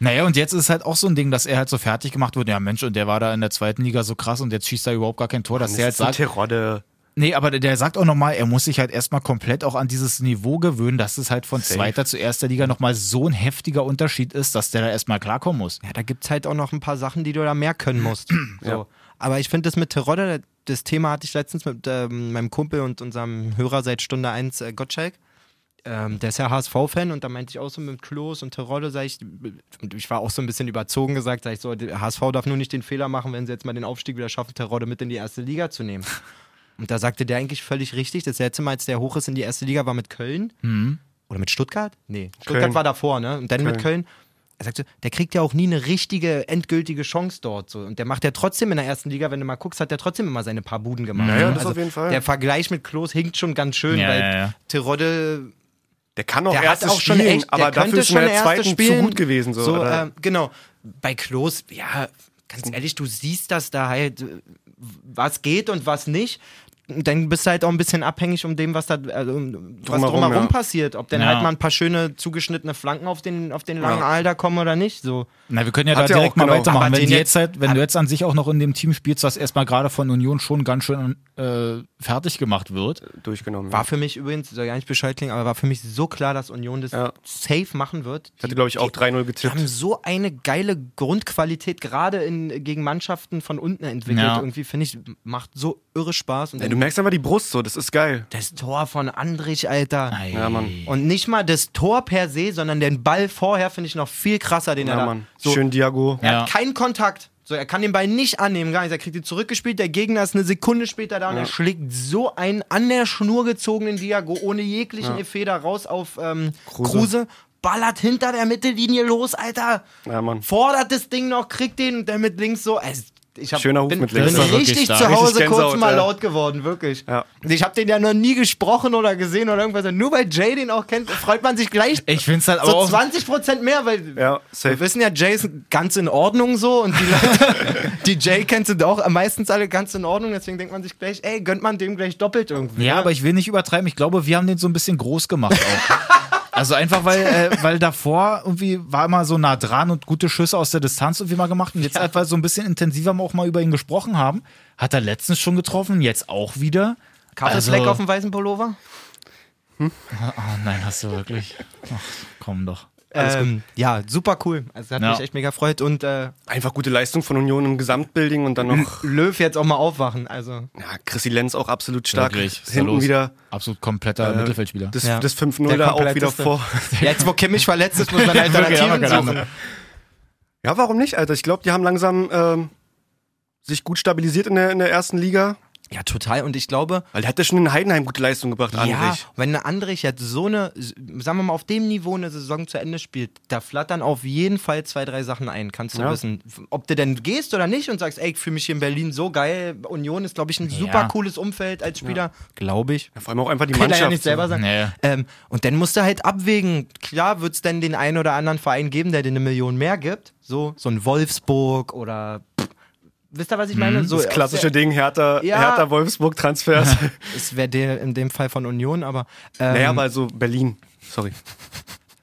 Naja, und jetzt ist halt auch so ein Ding, dass er halt so fertig gemacht wird. Ja, Mensch, und der war da in der zweiten Liga so krass und jetzt schießt er überhaupt gar kein Tor, dass
Das
der halt
ist ein
sagt.
Terodde.
Nee, aber der- der sagt auch nochmal, er muss sich halt erstmal komplett auch an dieses Niveau gewöhnen, dass es halt von
Safe.
zweiter zu erster Liga nochmal so ein heftiger Unterschied ist, dass der da erstmal klarkommen muss.
Ja, da gibt es halt auch noch ein paar Sachen, die du da mehr können musst. So.
Ja.
Aber ich finde das mit Terodde, das Thema hatte ich letztens mit ähm, meinem Kumpel und unserem Hörer seit Stunde 1, äh, Gottschalk. Ähm, der ist ja HSV-Fan und da meinte ich auch so mit Klos und Terodde, sag ich, und ich war auch so ein bisschen überzogen gesagt, sag ich so, der HSV darf nur nicht den Fehler machen, wenn sie jetzt mal den Aufstieg wieder schaffen, Terodde mit in die erste Liga zu
[laughs]
nehmen. und da sagte der eigentlich völlig richtig, das letzte Mal, als der hoch ist in die erste Liga, war mit Köln. Oder mit Stuttgart? Nee, Stuttgart
Mhm. Köln.
war davor, ne? Und dann mit
Köln.
Köln. Er sagte, der kriegt ja auch nie eine richtige, endgültige Chance dort. So. Und der macht ja trotzdem in der ersten Liga, wenn du mal guckst, hat der trotzdem immer seine paar Buden gemacht.
Naja,
ne?
das auf jeden Fall.
Der Vergleich mit Klos hinkt schon ganz schön,
Ja,
weil
ja, ja.
Terodde
Der kann auch
der
erstes
hat auch schon
spielen,
echt,
aber
der
dafür
könnte
ist schon in der
erste
zweiten
spielen.
zu gut gewesen. So, oder?
ähm, genau. Bei Klos, ja, ganz ehrlich, du siehst, dass da halt äh, was geht und was nicht. Dann bist du halt auch ein bisschen abhängig um dem, was da also, um- was
Drumherum,
drumherum
ja.
passiert. Ob dann
Ja.
halt mal ein paar schöne zugeschnittene Flanken auf den, auf den langen
Ja.
Alter kommen oder nicht. So.
Na, wir können ja
Hat
da
ja
direkt
auch,
mal
genau.
weitermachen.
Aber
Wenn,
den
die
jetzt-
jetzt halt, wenn du jetzt an sich auch noch in dem Team spielst, was erstmal gerade von Union schon ganz schön äh, fertig gemacht wird.
durchgenommen.
War für mich übrigens, soll ja nicht Bescheid klingen, aber war für mich so klar, dass Union das
Ja.
safe machen wird.
Ich hatte, glaube ich, auch 3-0
Die haben
getippt.
so eine geile Grundqualität, gerade in, gegen Mannschaften von unten entwickelt.
Ja.
Irgendwie finde ich, macht so irre Spaß. Und
Ja,
dann
du merkst einfach die Brust so, das ist geil.
das Tor von Andrich, Alter.
Ja, Mann.
Und nicht mal das Tor per se, sondern den Ball vorher finde ich noch viel krasser, den er
Ja,
da.
Mann.
So,
Schön Diago.
Er
Ja.
hat keinen Kontakt. So, er kann den Ball nicht annehmen, gar nicht. Er kriegt ihn zurückgespielt, der Gegner ist eine Sekunde später da und
Ja.
er schlägt so einen an der Schnur gezogenen Diago ohne jeglichen Effet da raus auf ähm,
Kruse.
Kruse. Ballert hinter der Mittellinie los, Alter.
Ja, Mann.
Fordert das Ding noch, kriegt den und dann mit links so. Also, ich hab,
Schöner Ruf
bin,
mit links.
Bin
Das war wirklich
richtig
stark.
zu
Richtig
Hause kurz
Gänsehaut,
mal
ja.
laut geworden, wirklich.
Ja.
Und Ich habe den ja noch nie gesprochen oder gesehen oder irgendwas. Nur weil Jay den auch kennt, freut man sich gleich
Ich finde es halt aber
so
auch.
20 Prozent mehr, weil
Ja,
wir
safe.
wissen ja, Jay ist ganz in Ordnung so und die [laughs] Leute, die Jay kennt sind auch meistens alle ganz in Ordnung, deswegen denkt man sich gleich, ey, gönnt man dem gleich doppelt irgendwie.
Ja, aber ich will nicht übertreiben. Ich glaube, wir haben den so ein bisschen groß gemacht [laughs] auch. Also einfach, weil, äh, weil davor irgendwie war immer so nah dran und gute Schüsse aus der Distanz irgendwie mal gemacht. Und jetzt halt, weil so ein bisschen intensiver mal auch mal über ihn gesprochen haben, hat er letztens schon getroffen, jetzt auch wieder.
Kaffeefleck auf dem weißen Pullover?
Nein, hast du wirklich. Ach, komm doch.
Alles gut.
Ähm, ja, super cool. Also hat
Ja.
mich echt mega gefreut. Und äh,
Einfach gute Leistung von Union im Gesamtbuilding und dann noch
Löw jetzt auch mal aufwachen. [laughs] Also
ja, Chrissy Lenz auch absolut stark.
Wirklich, ist da
Hinten
los?
wieder
Absolut kompletter
äh,
Mittelfeldspieler.
das,
Ja.
das 5-0
Der
da auch wieder
kompletteste.
vor.
[laughs] jetzt, wo Kimmich verletzt ist, muss [laughs] man
Wirklich, haben wir
Alternativen
keine
suchen.
andere.
Ja, warum nicht, Alter? Ich glaube, die haben langsam ähm, sich gut stabilisiert in der, in der ersten Liga.
Ja, total. Und ich glaube,
Weil der hat ja schon in Heidenheim gute Leistung gebracht,
ja,
Andrich.
wenn eine Andrich jetzt so eine, sagen wir mal, auf dem Niveau eine Saison zu Ende spielt, da flattern auf jeden Fall zwei, drei Sachen ein, kannst du
Ja.
wissen. Ob du denn gehst oder nicht und sagst, ey, ich fühle mich hier in Berlin so geil. Union ist, glaube ich, ein super cooles Umfeld als Spieler. Glaube ich.
Ja. Vor allem auch einfach die
Kann er
Mannschaft.
ja nicht selber
so.
sagen.
Nee.
Ähm, und dann musst du halt abwägen. Klar wird es dann den einen oder anderen Verein geben, der dir eine Million mehr gibt. So, so ein Wolfsburg oder. Pff, wisst ihr, was ich meine? So,
Mhm, Das klassische Ding, Hertha,
Ja. [laughs]
Hertha Wolfsburg-Transfers.
Es wäre der in dem Fall von Union, aber. Ähm,
naja, aber so Berlin. Sorry.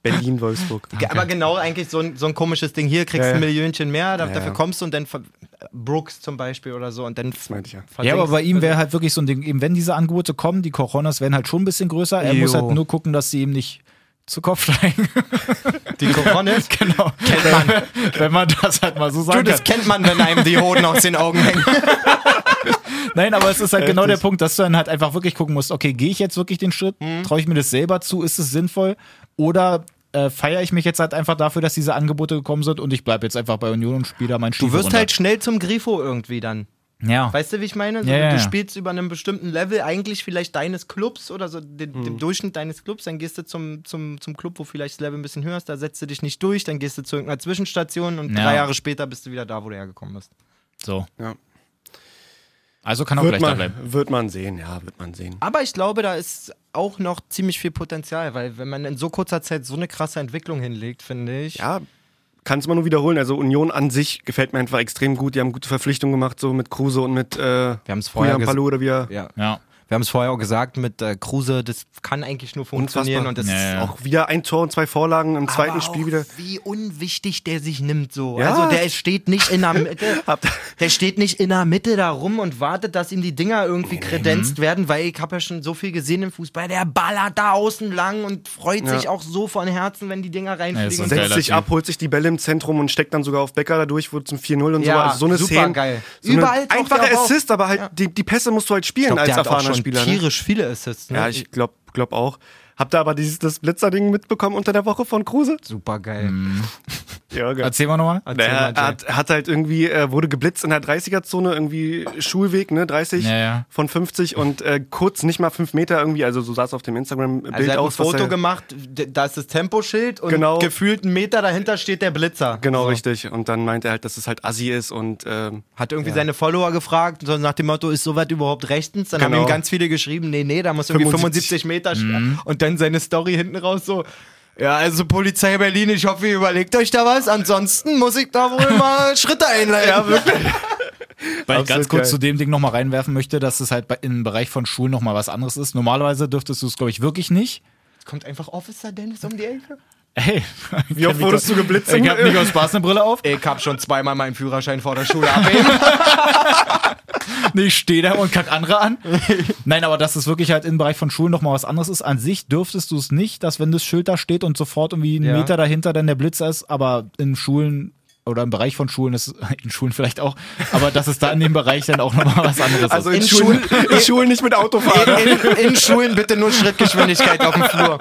Berlin-Wolfsburg.
ge- Aber genau, eigentlich so ein, so ein komisches Ding. Hier kriegst
Ja,
du ein
ja.
Millionchen mehr, da,
Ja,
dafür
ja.
kommst du und dann ver- Brooks zum Beispiel oder so und dann. Das
meinte ich ja.
Ja, aber bei ihm wäre halt wirklich so ein Ding, eben wenn diese Angebote kommen, die Coronas werden halt schon ein bisschen größer. Er muss
Jo.
halt nur gucken, dass sie ihm nicht zu Kopf steigen. [laughs]
Die Corona.
genau. Kennt man. Wenn man das halt mal so
Du,
sagen
das
kann.
kennt man, wenn einem die Hoden aus den Augen hängen.
Nein, aber es ist halt genau der Punkt, dass du dann halt einfach wirklich gucken musst, okay, gehe ich jetzt wirklich den Schritt?
Mhm.
Traue ich mir das selber zu? Ist es sinnvoll? Oder äh, feiere ich mich jetzt halt einfach dafür, dass diese Angebote gekommen sind und ich bleibe jetzt einfach bei Union und spiele da meinen Stiefel
Du wirst
runter.
halt schnell zum Grifo irgendwie dann.
ja.
Weißt du, wie ich meine? So,
Ja, ja,
du
ja.
spielst über einem bestimmten Level eigentlich vielleicht deines Clubs oder so den,
Hm.
dem Durchschnitt deines Clubs, dann gehst du zum, zum, zum Club, wo vielleicht das Level ein bisschen höher ist, da setzt du dich nicht durch, dann gehst du zu irgendeiner Zwischenstation und
Ja.
drei Jahre später bist du wieder da, wo du hergekommen bist.
so.
Ja.
Also kann auch
Wird
gleich da bleiben.
man, wird man sehen, ja, wird man sehen.
Aber ich glaube, da ist auch noch ziemlich viel Potenzial, weil wenn man in so kurzer Zeit so eine krasse Entwicklung hinlegt, finde ich.
Ja, kann es immer nur wiederholen. Also Union an sich gefällt mir einfach extrem gut. Die haben gute Verpflichtungen gemacht, so mit Kruse und mit äh,
haben's vorher
Julian
ges-
Palou oder wie er
Ja.
Ja.
Wir haben es vorher auch gesagt mit äh, Kruse, das kann eigentlich nur funktionieren
Unfassbar.
und das
Ja, ja.
ist auch
auch wieder ein Tor und zwei Vorlagen im zweiten
Aber
Spiel
auch
wieder.
Wie unwichtig der sich nimmt so.
Ja.
Also der steht nicht in der
[laughs]
Mitte.
Habt-
der steht nicht in der Mitte da rum und wartet, dass ihm die Dinger
Mhm.
irgendwie kredenzt werden, weil ich habe ja schon so viel gesehen im Fußball. Der ballert da außen lang und freut
Ja.
sich auch so von Herzen, wenn die Dinger
ist
reinfliegen.
so
und
Geiler
Setzt sich
Typ.
ab, holt sich die Bälle im Zentrum und steckt dann sogar auf Becker dadurch, wurde zum 4-0 und so.
Ja,
Also so eine
super
Szene.
geil.
So eine
Überall taucht
einfache
er aber auf.
Assist, aber halt
Ja.
die, die Pässe musst du halt spielen
ich glaub,
als
der hat auch
erfahrener
schon
Spieler. Ne?
tierisch viele Assists. Ne?
Ja, ich glaub, glaub auch. Habt ihr aber dieses das Blitzer-Ding mitbekommen unter der Woche von Kruse?
Super geil.
Ja, geil.
Erzähl mal nochmal.
Erzähl
Naja,
mal, Jay.
er hat, hat halt irgendwie, äh, wurde geblitzt in der 30er-Zone, irgendwie Schulweg, ne, 30
Ja, ja.
von 50 und äh, kurz, nicht mal 5 Meter irgendwie, also so sah es auf dem Instagram-Bild
also er hat ein
aus. was
Foto
er-
gemacht, d- da ist das Temposchild und
Genau.
gefühlt einen Meter dahinter steht der Blitzer.
Genau,
So.
richtig. Und dann meint er halt, dass es halt assi ist und ähm,
Hat irgendwie seine Follower gefragt, so nach dem Motto, ist sowas überhaupt rechtens? Dann haben
Genau.
ihm ganz viele geschrieben, nee, nee, da muss irgendwie
75.
75 Meter stehen. Und dann seine Story hinten raus so, ja, also Polizei Berlin, ich hoffe, ihr überlegt euch da was. Ansonsten muss ich da wohl [laughs] mal Schritte einleiten. Ja, wirklich.
Weil ich ganz
Absolut
kurz
geil.
zu dem Ding nochmal reinwerfen möchte, dass es halt bei- im Bereich von Schulen nochmal was anderes ist. Normalerweise dürftest du es, glaube ich, wirklich nicht.
Kommt einfach Officer Dennis um die Ecke.
Hey, [laughs]
Wie oft wurdest du geblitzt?
ich habe nicht aus Spaß eine Brille auf.
Ich hab schon zweimal meinen Führerschein vor der [laughs] Schule abgegeben.
Nee, ich stehe da und kack andere [laughs] an. Nein, aber dass es wirklich halt im Bereich von Schulen nochmal was anderes ist. An sich dürftest du es nicht, dass wenn das Schild da steht und sofort irgendwie einen
Ja.
Meter dahinter dann der Blitz ist, aber in Schulen oder im Bereich von Schulen ist [laughs] in Schulen vielleicht auch, aber dass es da in dem Bereich dann auch nochmal was anderes [laughs]
Also
ist.
in,
In
Schulen, [laughs] in Schulen nicht mit Auto fahren.
[laughs] In, in Schulen bitte nur Schrittgeschwindigkeit auf dem Flur.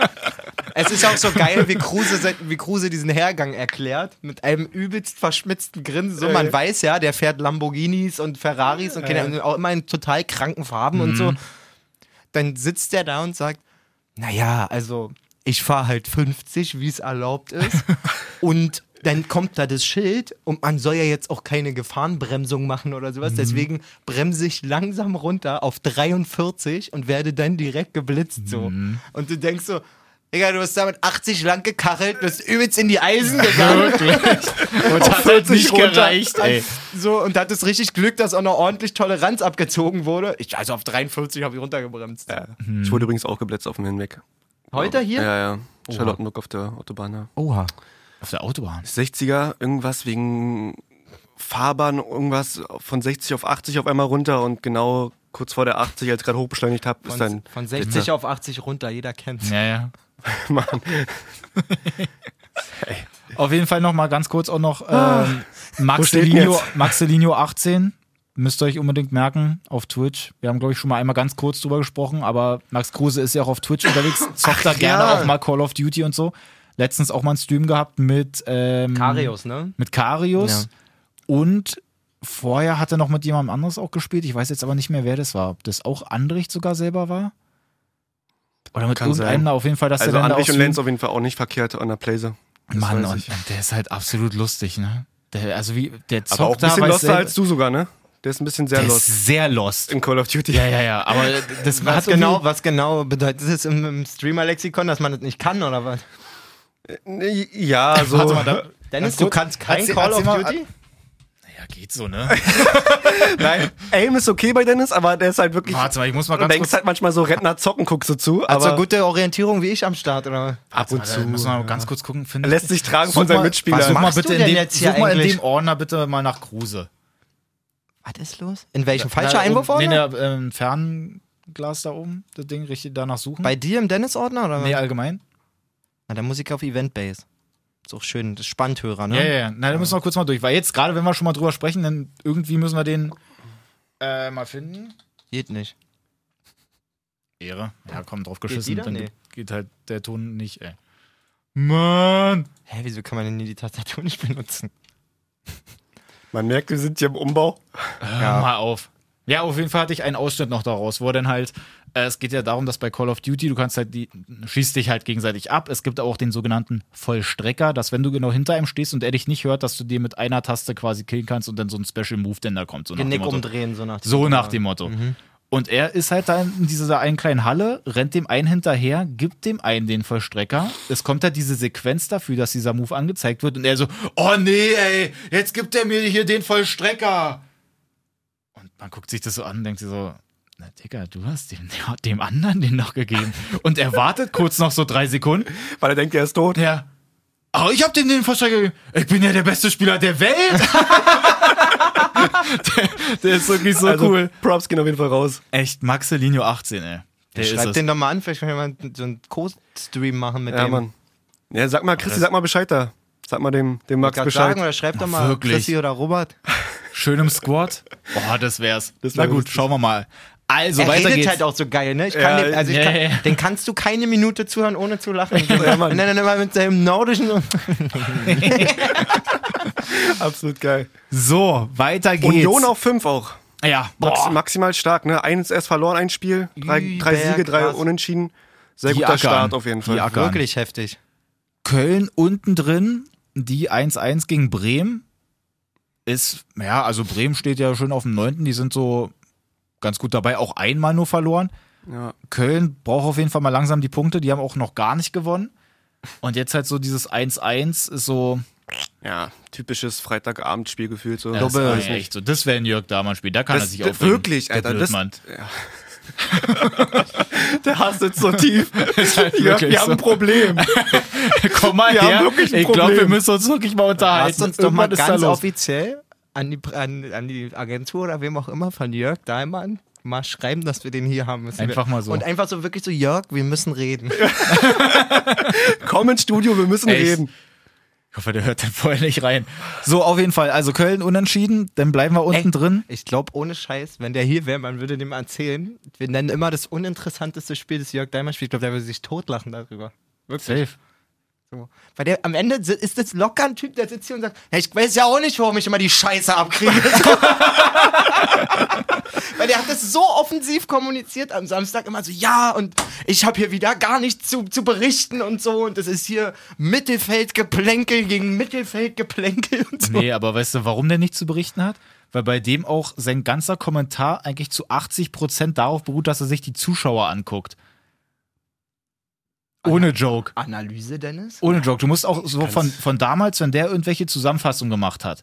Es ist auch so geil, wie Kruse, se- wie Kruse diesen Hergang erklärt, mit einem übelst verschmitzten Grinsen. So, man weiß ja, der fährt Lamborghinis und Ferraris und keine Ahnung, auch immer in total kranken Farben und so. Dann sitzt der da und sagt, naja, also ich fahre halt 50, wie es erlaubt ist.
[laughs]
und dann kommt da das Schild und man soll ja jetzt auch keine Gefahrenbremsung machen oder sowas.
Mhm.
Deswegen bremse ich langsam runter auf 43 und werde dann direkt geblitzt so.
Mhm.
Und du denkst so, Digga, du bist damit 80 lang gekachelt, bist übelst in die Eisen
[laughs]
gegangen.
Und [laughs] hat halt nicht gereicht, ey.
So, und hattest richtig Glück, dass auch noch ordentlich Toleranz abgezogen wurde. Ich, also auf 43 habe ich runtergebremst.
Ich wurde übrigens auch geblitzt auf dem Hinweg.
Heute hier?
Ja, ja. Charlottenburg auf der Autobahn. Ja.
Oha.
Auf der Autobahn.
60er, irgendwas wegen Fahrbahn, irgendwas von 60 auf 80 auf einmal runter und genau kurz vor der 80, als ich gerade hochbeschleunigt habe, ist [laughs]
Von,
dann,
von 60 auf 80 runter, jeder kennt's.
Ja, ja.
Mann,
Auf jeden Fall nochmal ganz kurz auch noch
Ah,
ähm, Maxelinho, Maxelinho 18. Müsst ihr euch unbedingt merken auf Twitch. Wir haben, glaube ich, schon mal einmal ganz kurz drüber gesprochen, aber Max Kruse ist ja auch auf Twitch
[laughs]
unterwegs, zockt da gerne
ja.
auch mal Call of Duty und so. Letztens auch mal einen Stream gehabt mit ähm,
Karius, ne?
Mit Karius. Und vorher hat er noch mit jemandem anderes auch gespielt. Ich weiß jetzt aber nicht mehr, wer das war. Ob das auch Andricht sogar selber war? Oder mit
Kann sein.
irgendeinem da auf jeden Fall, dass
Also
der dann da
Andrich
auch
und
so-
Lenz auf jeden Fall auch nicht verkehrt an der Playse. Das
Mann,
weiß
und,
ich.
und der ist halt absolut lustig, ne? Der, also wie, der zockt
Aber auch ein
da,
bisschen
weiß
loster
selber-
als du sogar, ne? Der ist ein bisschen sehr
der
lost
ist sehr lost.
in Call of Duty.
Ja, ja, ja, aber
[laughs]
das
Was
hat
genau,
irgendwie-
was genau bedeutet es im, im Streamer-Lexikon, dass man das nicht kann oder was?
Nee,
[laughs]
Ja, so.
Warte mal, da,
Dennis,
ganz
du
kurz.
kannst kein
Erzähl-
Call
erzähl
of
mal, äh,
Duty?
Ja, geht
[laughs]
so, ne?
Nein, Aim ist okay bei Dennis, aber der ist halt wirklich.
Warte mal, ich muss mal
du
ganz
denkst
kurz, Also
halt manchmal so Rentner zocken, guckst du zu,
Hat
aber
so gute Orientierung wie ich am Start, oder?
ab und
Warte,
zu.
muss mal ganz kurz gucken. Find
Er lässt sich tragen
Such
von seinen
mal-
was
Such
Mitspielern.
mal
machst du
bitte in
denn
dem,
jetzt hier
such mal in
eigentlich?
dem Ordner bitte mal nach Kruse.
Was ist los? In welchem? Falscher
Na,
Einwurf,
oben-
oder?
Nee, der ähm, Fernglas da oben, das Ding, richtig danach suchen.
Bei dir im Dennis-Ordner, oder? was?
nee, allgemein.
Na, dann muss ich auf Eventbase. Ist auch schön, das spannt Hörer,
Ja,
ne?
ja, ja. Na, da müssen wir kurz mal durch. Weil jetzt, gerade wenn wir schon mal drüber sprechen, dann irgendwie müssen wir den äh, mal finden.
Geht nicht.
Ehre. Ja, komm, drauf geschissen.
die dann?
dann
Nee.
geht- geht halt der Ton nicht, ey. Mann!
Hä, wieso kann man denn hier die Tastatur nicht benutzen?
Man merkt, wir sind hier im Umbau.
Hör mal auf. Ja, auf jeden Fall hatte ich einen Ausschnitt noch daraus, wo er dann halt, äh, es geht ja darum, dass bei Call of Duty, du kannst halt die, schießt dich halt gegenseitig ab. Es gibt auch den sogenannten Vollstrecker, dass wenn du genau hinter ihm stehst und er dich nicht hört, dass du dir mit einer Taste quasi killen kannst und dann so ein Special Move denn da kommt. So nach dem
Genick um
Motto.
umdrehen, so nach dem
So
Motto.
nach dem Motto. Und er ist halt da in dieser einen kleinen Halle, rennt dem einen hinterher, gibt dem einen den Vollstrecker. Es kommt halt diese Sequenz dafür, dass dieser Move angezeigt wird und er so, oh nee, ey, jetzt gibt er mir hier den Vollstrecker. Und man guckt sich das so an und denkt sich so, na Digga, du hast dem, dem anderen den noch gegeben. Und er wartet kurz noch so drei Sekunden
Weil er denkt, er ist tot.
ja. Aber ich hab dem den Vorschlag gegeben. Ich bin ja der beste Spieler der Welt. der, der ist wirklich so
also,
cool.
Props gehen auf jeden Fall raus.
Echt, Maxelinho 18, ey. Der
Schreib den doch mal an, vielleicht kann jemand so einen Co-Stream machen mit
Ja,
dem.
Mann. Ja, sag mal, Christi, sag mal Bescheid da. Sag mal dem, dem Max
Grad
Bescheid.
sagen oder schreib doch
Na,
mal
wirklich.
Chrissy oder Robert.
Schön im Squad. Boah, das wär's.
Das wär
Na gut,
lustig.
schauen wir mal. Also,
er
weiter
redet
geht's.
halt auch so geil, ne? Ich kann
Ja,
dem, also ich
ja,
kann,
ja.
Den kannst du keine Minute zuhören, ohne zu
[laughs]
lachen.
Ja, Mann.
Und dann immer mit seinem nordischen.
Absolut geil.
so, weiter geht's.
Union auf 5 auch.
Ja,
Max,
boah.
maximal stark, ne? Eins erst verloren, ein Spiel, drei, drei
Über
Siege, drei
krass.
Unentschieden. Sehr
Die
guter
ackern.
Start auf jeden Fall.
Die ackern.
Wirklich heftig.
Köln unten drin, die 1-1 gegen Bremen. Ist, ja, also Bremen steht ja schon auf dem 9. Die sind so ganz gut dabei. Auch einmal nur verloren.
Ja.
Köln braucht auf jeden Fall mal langsam die Punkte. Die haben auch noch gar nicht gewonnen. Und jetzt halt so dieses 1-1 ist so.
ja, typisches Freitagabendspiel gefühlt. So.
Das, ist echt so. das wäre ein Jörg Dahmann Spiel. Da kann
Das-
er sich
das-
aufregen.
wirklich,
Der
Alter, das-
Blödmann. [laughs]
Der Hass sitzt so
[laughs]
tief.
Ist halt
Ja,
wirklich
wir haben ein Problem.
so. Komm mal
wir
her.
haben wirklich ein
ich glaube,
Problem.
wir müssen uns wirklich mal unterhalten.
Lasst uns doch mal
Irgendwas ist da
ganz
los.
offiziell an die, an, an die Agentur oder wem auch immer von Jörg Dahlmann mal schreiben, dass wir den hier haben müssen.
Einfach mal so.
Und einfach so wirklich so, Jörg, wir müssen reden.
Komm ins Studio, wir müssen
Echt?
reden.
Ich hoffe, der hört dann vorher nicht rein. So, auf jeden Fall. Also Köln unentschieden, dann bleiben wir unten
Ey,
drin.
Ich glaube, ohne Scheiß, wenn der hier wäre, man würde dem erzählen, wir nennen immer das uninteressanteste Spiel des Jörg Dahlmann Spiels. Ich glaube, der würde sich totlachen darüber.
Safe.
So. Weil der am Ende si- ist das locker ein Typ, der sitzt hier und sagt, "Ja, ich weiß ja auch nicht, warum ich immer die Scheiße abkriege. [laughs] Weil der hat das so offensiv kommuniziert am Samstag immer so, ja, und ich habe hier wieder gar nichts zu, zu berichten und so. Und das ist hier Mittelfeldgeplänkel gegen Mittelfeldgeplänkel und so.
Nee, aber weißt du, warum der nicht zu berichten hat? Weil bei dem auch sein ganzer Kommentar eigentlich zu 80% darauf beruht, dass er sich die Zuschauer anguckt. Ohne Joke.
Analyse, Dennis?
Ohne Joke. Du musst auch so von, von damals, wenn der irgendwelche Zusammenfassungen gemacht hat.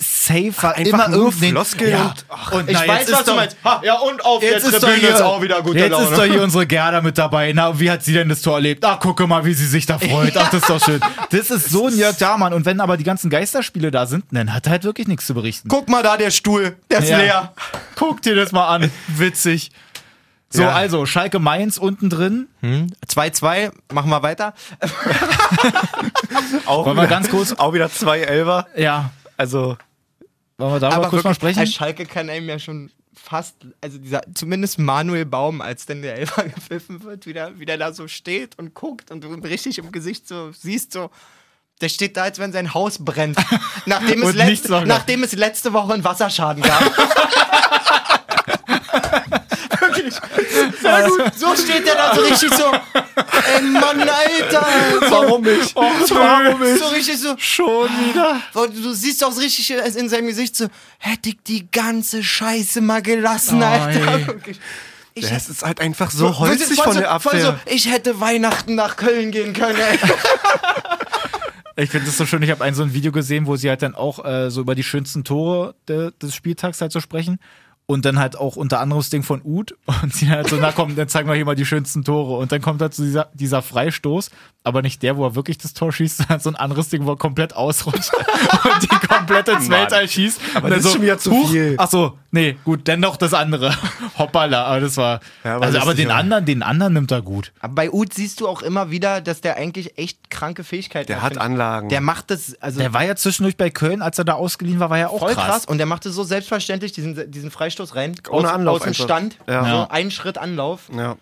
Safe war
einfach
immer
nur
irgendein-
Floskeln
ja.
und-
und na, jetzt ist doch-
Ha, ja, und auf
Jetzt ist, doch hier, jetzt ist doch hier unsere Gerda mit dabei. Na, und wie hat sie denn das Tor erlebt? Ach, gucke mal, wie sie sich da freut. Ach, das ist
[laughs]
doch schön. Das ist so ein Jörg Dahmann. Und wenn aber die ganzen Geisterspiele da sind, dann hat er halt wirklich nichts zu berichten.
Guck mal da, der Stuhl, der ist
Ja.
leer. [laughs]
Guck dir das mal an. Witzig. So,
Ja.
also Schalke Mainz unten drin.
2-2, machen wir weiter.
Auch
Wollen wir ganz [laughs] kurz-
Auch wieder zwei Elfer.
Ja.
Also,
Wollen wir darüber kurz mal sprechen?
als Schalke kann einem ja schon fast, also dieser, zumindest Manuel Baum, als dann der Elfer [laughs] gepfiffen wird, wieder, wieder da so steht und guckt und du richtig im Gesicht so siehst, so, der steht da, als wenn sein Haus
[laughs]
brennt. Nachdem es,
Und nichts
letzt,
sagt er.
nachdem es letzte Woche einen Wasserschaden
[laughs]
gab. Wirklich. Sehr gut. So steht der da so richtig so. Ey Mann, Alter.
warum [laughs] nicht?
So,
warum
so richtig so.
Oh, Schon wieder.
Weil Du siehst auch richtig in seinem Gesicht so, hätte ich die ganze Scheiße mal gelassen,
Oh,
Alter.
ey.
Wirklich. Ich
Das ist halt einfach so holzig
voll
von
so-
der
voll
Abwehr.
So, ich hätte Weihnachten nach Köln gehen können, ey.
Ich finde das so schön. Ich habe ein so ein Video gesehen, wo sie halt dann auch äh, so über die schönsten Tore de, des Spieltags halt so sprechen. Und dann halt auch unter anderem das Ding von Uth. [laughs] Und sie halt so, na komm, dann zeigen wir hier mal die schönsten Tore. Und dann kommt halt so dieser, dieser Freistoß, aber nicht der, wo er wirklich das Tor schießt, [laughs] sondern so ein anderes Ding, wo er komplett
[laughs]
ausrutscht und die komplett ins
Mann.
Weltall schießt. Aber
das ist schon wieder zu viel.
Ach so, nee, gut, dann noch das andere. [laughs] Hoppala, aber das war.
Ja, aber
also,
das
aber
ist
den
ja-
anderen, den anderen nimmt er gut.
[laughs] Aber bei Uth siehst du auch immer wieder, dass der eigentlich echt kranke Fähigkeiten
Der hat
findet.
Anlagen.
Der macht das, also
Der war ja zwischendurch bei Köln, als er da ausgeliehen war, war ja auch
voll krass.
krass.
Und der machte so selbstverständlich diesen, diesen Freistoß rein.
Ohne
aus,
Anlauf
Aus dem
einfach.
Stand.
Ja.
So
Ja.
einen Schritt Anlauf.
ja,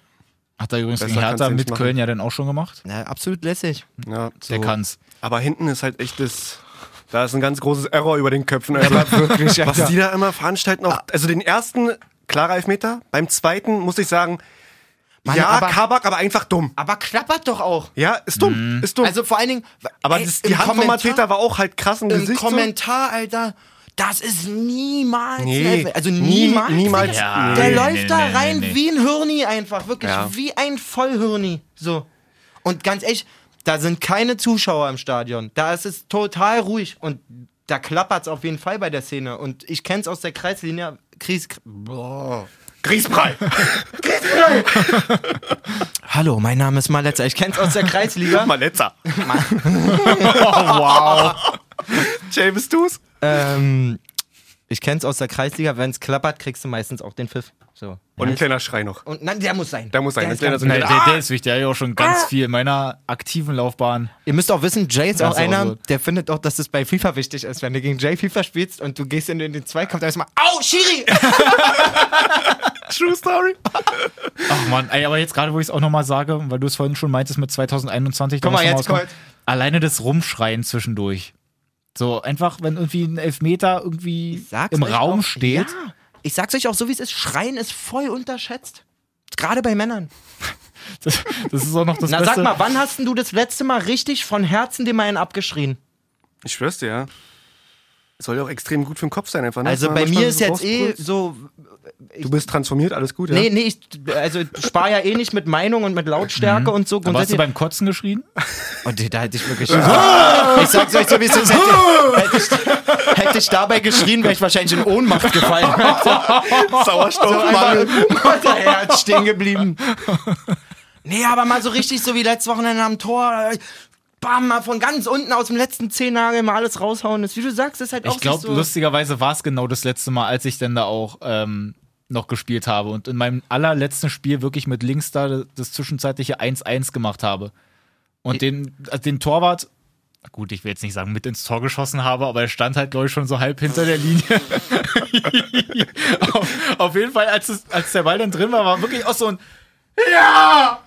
Hat er übrigens
Besser
gegen
kannst
Hertha
du nicht
mit
machen.
Köln ja dann auch schon gemacht.
Na, absolut lässig.
ja.
Der kann's.
Aber hinten ist halt echt das. Da ist ein ganz großes Error über den Köpfen. Also, wirklich, [laughs] was die da immer veranstalten,
Ah.
auch, also den ersten klarer Elfmeter, beim zweiten muss ich sagen,
Mann,
ja,
aber-
Kabak, aber einfach dumm.
Aber klappert doch auch.
Ja, ist dumm, ist dumm.
Also vor allen Dingen.
aber
ey,
das,
im
die Hand von
Kommentar-
Mateta war auch halt krass im,
im
Gesicht.
Kommentar, Alter, das ist niemals.
Nee.
ein Elfer. Also
Nie-
niemals.
niemals.
Digga.
Ja,
Der
nee,
läuft
nee,
da
nee,
rein
nee, nee.
wie ein Hirni einfach. Wirklich,
Ja.
wie ein Vollhirni. So. Und ganz ehrlich, da sind keine Zuschauer im Stadion. Da ist es total ruhig. Und da klappert es auf jeden Fall bei der Szene. Und ich kenn's aus der Kreislinie. Kries, boah.
So.
[laughs]
Grießbrei.
Hallo, mein Name ist Maletza. Ich kenn's aus der
[laughs]
Kreisliga.
Maletza.
Oh,
Oh,
wow. James, du's?
ähm, ich kenn's aus der Kreisliga. Wenn's klappert, kriegst du meistens auch den Pfiff. So.
Und ein kleiner Schrei noch.
Und nein, der muss sein.
Der muss sein. Ein
ist
kleiner
ganz-
Schrei.
Nee, der, der ist wichtig, der hat ja auch schon ganz viel in meiner aktiven Laufbahn.
Ihr müsst auch wissen, Jay ist
Ja,
auch
ist auch
einer,
so.
der findet auch, dass es bei FIFA wichtig ist. Wenn du gegen Jay FIFA spielst und du gehst in den in den Zweikampf, dann ist mal, au, Schiri!
True Story.
Ah.
Ach man, Oh, ey, aber jetzt gerade, wo ich es auch nochmal sage, weil du es vorhin schon meintest mit 2021. da
Guck mal,
muss
jetzt
noch was
kommt-
kommen. Alleine das Rumschreien zwischendurch. So einfach, wenn irgendwie ein Elfmeter irgendwie im
euch
Raum
auch,
steht.
Ja, [laughs] ich sag's euch auch so, wie es ist. Schreien ist voll unterschätzt. Gerade bei Männern.
[laughs] Das, das ist auch noch das
Na,
Beste.
sag mal, wann hast denn du das letzte Mal richtig von Herzen dem einen abgeschrien?
Ich schwör's dir, ja. Soll ja auch extrem gut für den Kopf sein, einfach. Ne?
Also
Wenn
bei
man
mir
manchmal
ist
so
jetzt eh
rausbrüllt.
so,
Du bist transformiert, alles gut, ja?
nee, nee, ich, also spare ja eh nicht mit Meinung und mit Lautstärke und so.
Aber hast du
grundsätzlich.
beim Kotzen geschrien?
Und da hätte ich wirklich. ich sag's euch so, wie es ist. Hätte, hätte, ich, hätte ich dabei geschrien, wäre ich wahrscheinlich in Ohnmacht gefallen.
Sauerstoffmangel.
Alter, er hat stehen geblieben. Nee, aber mal so richtig so wie letztes Wochenende am Tor. äh, Bam, mal von ganz unten aus dem letzten Zehennagel mal alles raushauen. Das, wie du sagst, ist halt auch
Ich glaube,
so.
lustigerweise war es genau das letzte Mal, als ich dann da auch ähm, noch gespielt habe und in meinem allerletzten Spiel wirklich mit links da das zwischenzeitliche 1-1 gemacht habe. Und den, also den Torwart, gut, ich will jetzt nicht sagen, mit ins Tor geschossen habe, aber er stand halt, glaube ich, schon so halb hinter der Linie. [laughs] auf, auf jeden Fall, als, es, als der Ball dann drin war, war wirklich auch so ein Ja!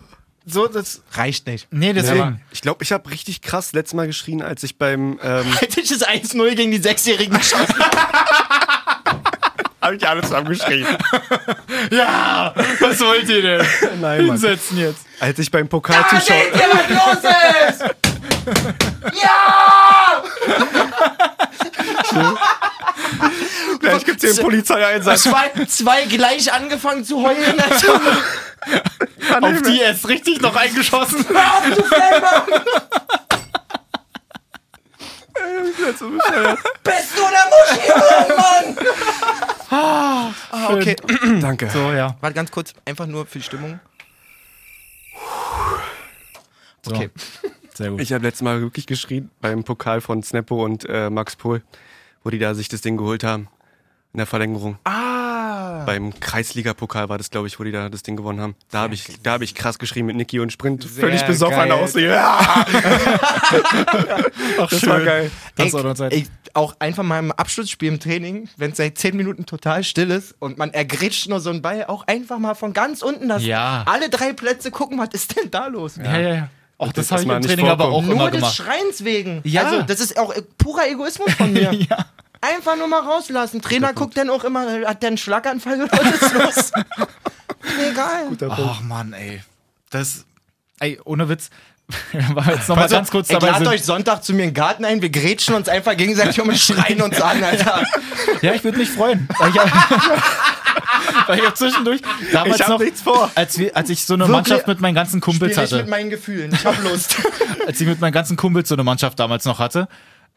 So, das.
reicht nicht.
Nee,
Ja,
deswegen.
ich glaube, ich habe richtig krass letztes Mal geschrien, als ich beim.
[laughs]
Ähm,
Hätte ich das 1-0 gegen die Sechsjährigen [laughs] geschossen.
habe ich alles zusammengeschrien.
Ja! Was wollt ihr denn?
Nein, Mann.
Hinsetzen jetzt.
Als ich beim Pokal zuschaue.
ihr, was los [laughs] ist!
Gleich gibt's
[laughs]
hier einen Polizeieinsatz.
Zwei, zwei gleich angefangen zu heulen. also
Auf die erst richtig noch eingeschossen.
Bist du der Muschi, Mann?
Okay.
Danke.
So, ja.
Warte ganz kurz, einfach nur für die Stimmung.
So.
Okay.
Sehr gut.
Ich habe letztes Mal wirklich geschrien beim Pokal von Sneppo und äh, Max Pohl, wo die da sich das Ding geholt haben. In der Verlängerung.
Ah.
beim Kreisliga-Pokal war das, glaube ich, wo die da das Ding gewonnen haben. Da habe ich, da hab ich krass geschrieben mit Niki und Sprint.
Sehr
völlig besoffen
geil.
aus.
[laughs]
Ja! Ach, das war geil.
Das
Ey,
war doch Zeit.
ey, auch einfach mal im Abschlussspiel im Training, wenn es seit 10 Minuten total still ist und man ergritscht nur so einen Ball, auch einfach mal von ganz unten, dass
Ja.
alle drei Plätze gucken, was ist denn da los?
ja, ja, ja. Auch das
das
habe ich
mal
im
nicht
Training aber auch
vorkommt.
Nur
immer
des [laughs]
gemacht.
Schreins wegen.
Ja.
Also, das ist auch äh, purer Egoismus von
[laughs]
mir. Einfach nur mal rauslassen. Trainer guckt dann auch immer, hat der einen Schlaganfall oder was ist los? [laughs] Mir Egal.
Ach Mann, ey. Das, ey, ohne Witz. [laughs] War jetzt noch mal
Also,
ganz kurz
ey,
dabei
ladet
sind.
euch Sonntag zu mir in den Garten ein, wir grätschen uns einfach gegenseitig um und schreien uns [laughs] an, Alter.
Ja, ich würde mich freuen. Weil ich hab, [laughs] weil ich hab zwischendurch damals
Ich hab
noch,
nichts vor.
Als, wir, als ich so eine
Wirklich?
Mannschaft mit meinen ganzen Kumpels
Spiel nicht
hatte.
mit meinen Gefühlen, ich hab [laughs] Lust.
als ich mit meinen ganzen Kumpels so eine Mannschaft damals noch hatte,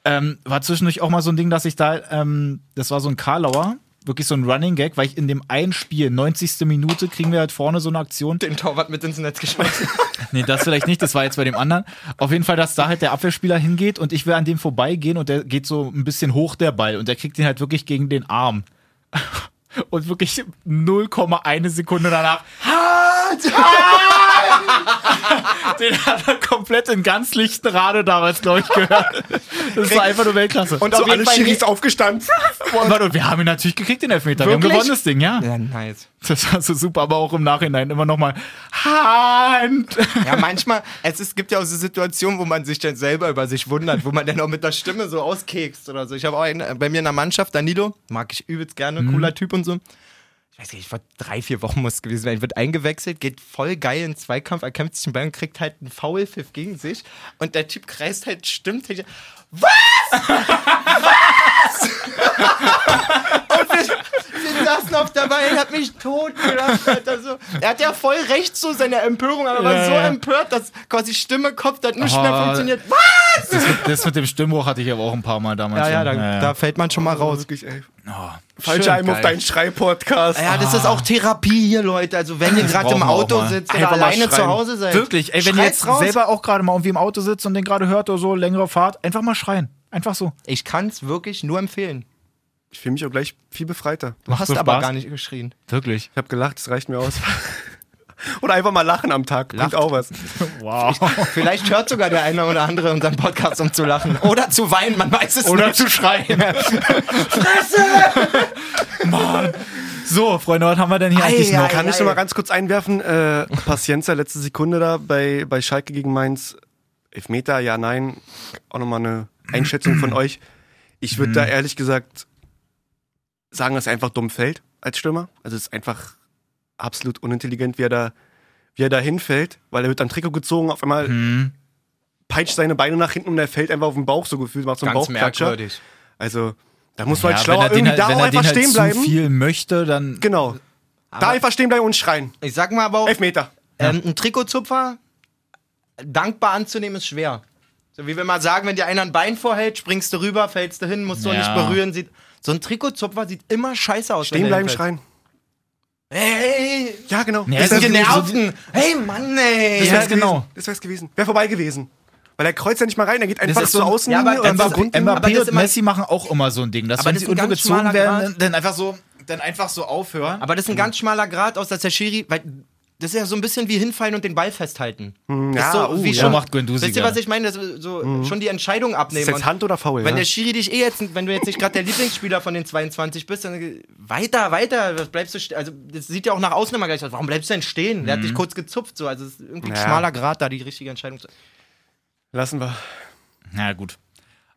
ähm, war zwischendurch auch mal so ein Ding, dass ich da, ähm, das war so ein Karlauer, wirklich so ein Running Gag, weil ich in dem einen Spiel, 90. Minute, kriegen wir halt vorne so eine Aktion.
Den Torwart mit ins Netz geschmeißen.
Nee, das vielleicht nicht, das war jetzt bei dem anderen. Auf jeden Fall, dass da halt der Abwehrspieler hingeht und ich will an dem vorbeigehen und der geht so ein bisschen hoch, der Ball, und der kriegt ihn halt wirklich gegen den Arm. [laughs] Und wirklich 0,1 Sekunde danach. Hart! [laughs] Den hat er komplett in ganz lichten Rade damals, glaube ich, gehört. Das war einfach nur Weltklasse. Und,
Und
So
auf jeden
alle
Fall
Schiris aufgestanden.
und wir haben ihn natürlich gekriegt, den Elfmeter. Wir haben
Wirklich?
gewonnen, das Ding, ja.
Ja, nice.
Das war so super, aber auch im Nachhinein immer nochmal. Hand!
Ja, manchmal, es, ist, gibt ja auch so Situationen, wo man sich dann selber über sich wundert, wo man dann auch mit der Stimme so auskekst oder so. Ich habe auch einen, äh, bei mir in der Mannschaft, Danilo, mag ich übelst gerne, cooler Typ und so. Ich weiß nicht, vor drei, vier Wochen muss es gewesen sein. Wird eingewechselt, geht voll geil in den Zweikampf, erkämpft sich den Ball und kriegt halt einen Foulpfiff gegen sich. Und der Typ kreist halt, stimmt. Was? Was? [laughs] und wir, wir saßen auf der Beine, hat mich tot gelacht, Alter. So. Er hat ja voll recht zu seiner Empörung, aber
Ja,
war so
ja.
empört, dass quasi Stimme, Kopf, das hat nicht
Oh.
mehr funktioniert. Was?
Das mit, das mit dem Stimmbruch hatte ich aber auch ein paar Mal damals.
Ja, ja,
schon.
da, da fällt man schon mal raus.
Wirklich, ey.
Oh, Schön,
Falscher Heim auf
geil.
deinen Schrei-Podcast.
Ja, das ist auch Therapie hier, Leute. Also wenn ihr gerade im
brauchen wir auch
Auto
mal.
sitzt oder
Einfach mal
alleine zu
schreien.
Hause seid.
Wirklich, ey, wenn ihr
schreit's
jetzt
raus.
selber auch gerade mal irgendwie im Auto sitzt und den gerade hört oder so, längere Fahrt, einfach mal schreien. Einfach so.
Ich kann es wirklich nur empfehlen.
Ich fühle mich auch gleich viel befreiter.
Du hast
so
aber
Spaß?
gar nicht geschrien.
Wirklich.
Ich habe gelacht, das reicht mir aus. [laughs] Oder einfach mal lachen am Tag. Bringt auch was.
Wow.
Vielleicht hört sogar der eine oder andere unseren Podcast, um zu lachen. Oder zu weinen, man weiß es
[laughs] Oder
nicht.
zu schreien. [laughs] Fresse! Mann. So, Freunde, was haben wir denn hier
Ei,
eigentlich
ei,
noch?
ei.
Kann ich noch mal ganz kurz einwerfen?
[laughs]
Äh, Pacienza, letzte Sekunde da bei, bei Schalke gegen Mainz. Elfmeter, ja, nein. Auch nochmal eine Einschätzung von euch. Ich würde
Mhm.
da ehrlich gesagt sagen, dass er einfach dumm fällt als Stürmer. Also es ist einfach absolut unintelligent, wie er da, wie er da hinfällt, weil er wird am Trikot gezogen, auf einmal
Mhm.
peitscht seine Beine nach hinten und er fällt einfach auf den Bauch so gefühlt, macht so einen Bauchklatscher. Also da musst du
Ja,
halt schlauer
den
irgendwie
halt-
da
wenn
auch
er den
einfach
halt
stehen bleiben.
zu viel möchte, dann.
Genau. da einfach stehen bleiben und schreien.
Ich sag mal aber auch,
Elfmeter.
ähm, ein Trikotzupfer dankbar anzunehmen ist schwer. So wie wir mal sagen, wenn dir einer ein Bein vorhält, springst du rüber, fällst du hin, musst du auch
Ja.
nicht berühren. Sieht, so ein Trikotzupfer sieht immer scheiße aus.
Stehen
wenn der
bleiben, schreien.
hinfällt. Hey, hey,
Ja, genau.
Ja,
hey,
das
das
ist
sind
ja so-
Genervten. Hey, Mann, ey.
Ja,
wär's gewesen.
genau.
Das wär's gewesen. Wäre vorbei gewesen. Weil er kreuzt ja nicht mal rein, er geht einfach
ist so
zur
ein-
ja,
Außenlinie
aber
oder
das
zur
ist-
Grundlinie.
aber
Aber
das
Mbappé
ist
und
immer-
Messi machen auch immer so ein Ding, dass
Aber
wenn
das
sie
ist ein
irgendwo
ganz
gezogen
schmaler
werden,
Grat.
dann, dann einfach so, dann einfach so aufhören.
Aber das ist ein ganz schmaler Grad, aus dass der Schiri, weil das ist ja so ein bisschen wie hinfallen und den Ball festhalten. das ist
ja,
so,
oh,
wie
ja.
schon,
Macht Guendouzi
Wisst ihr,
gerne.
was ich meine? Das, ist so schon die Entscheidung
Ist
abnehmen.
jetzt
Und
Hand oder Foul?
wenn
ja?
der Schiri dich eh jetzt, wenn du jetzt nicht gerade der Lieblingsspieler von den 22 bist, dann äh, weiter, weiter, was bleibst du, st- also das sieht ja auch nach außen immer gleich aus. Warum bleibst du denn stehen? Der hat dich kurz gezupft, so, also es ist irgendwie ein
Ja.
schmaler Grad, da die richtige Entscheidung zu.
Lassen wir.
Na gut.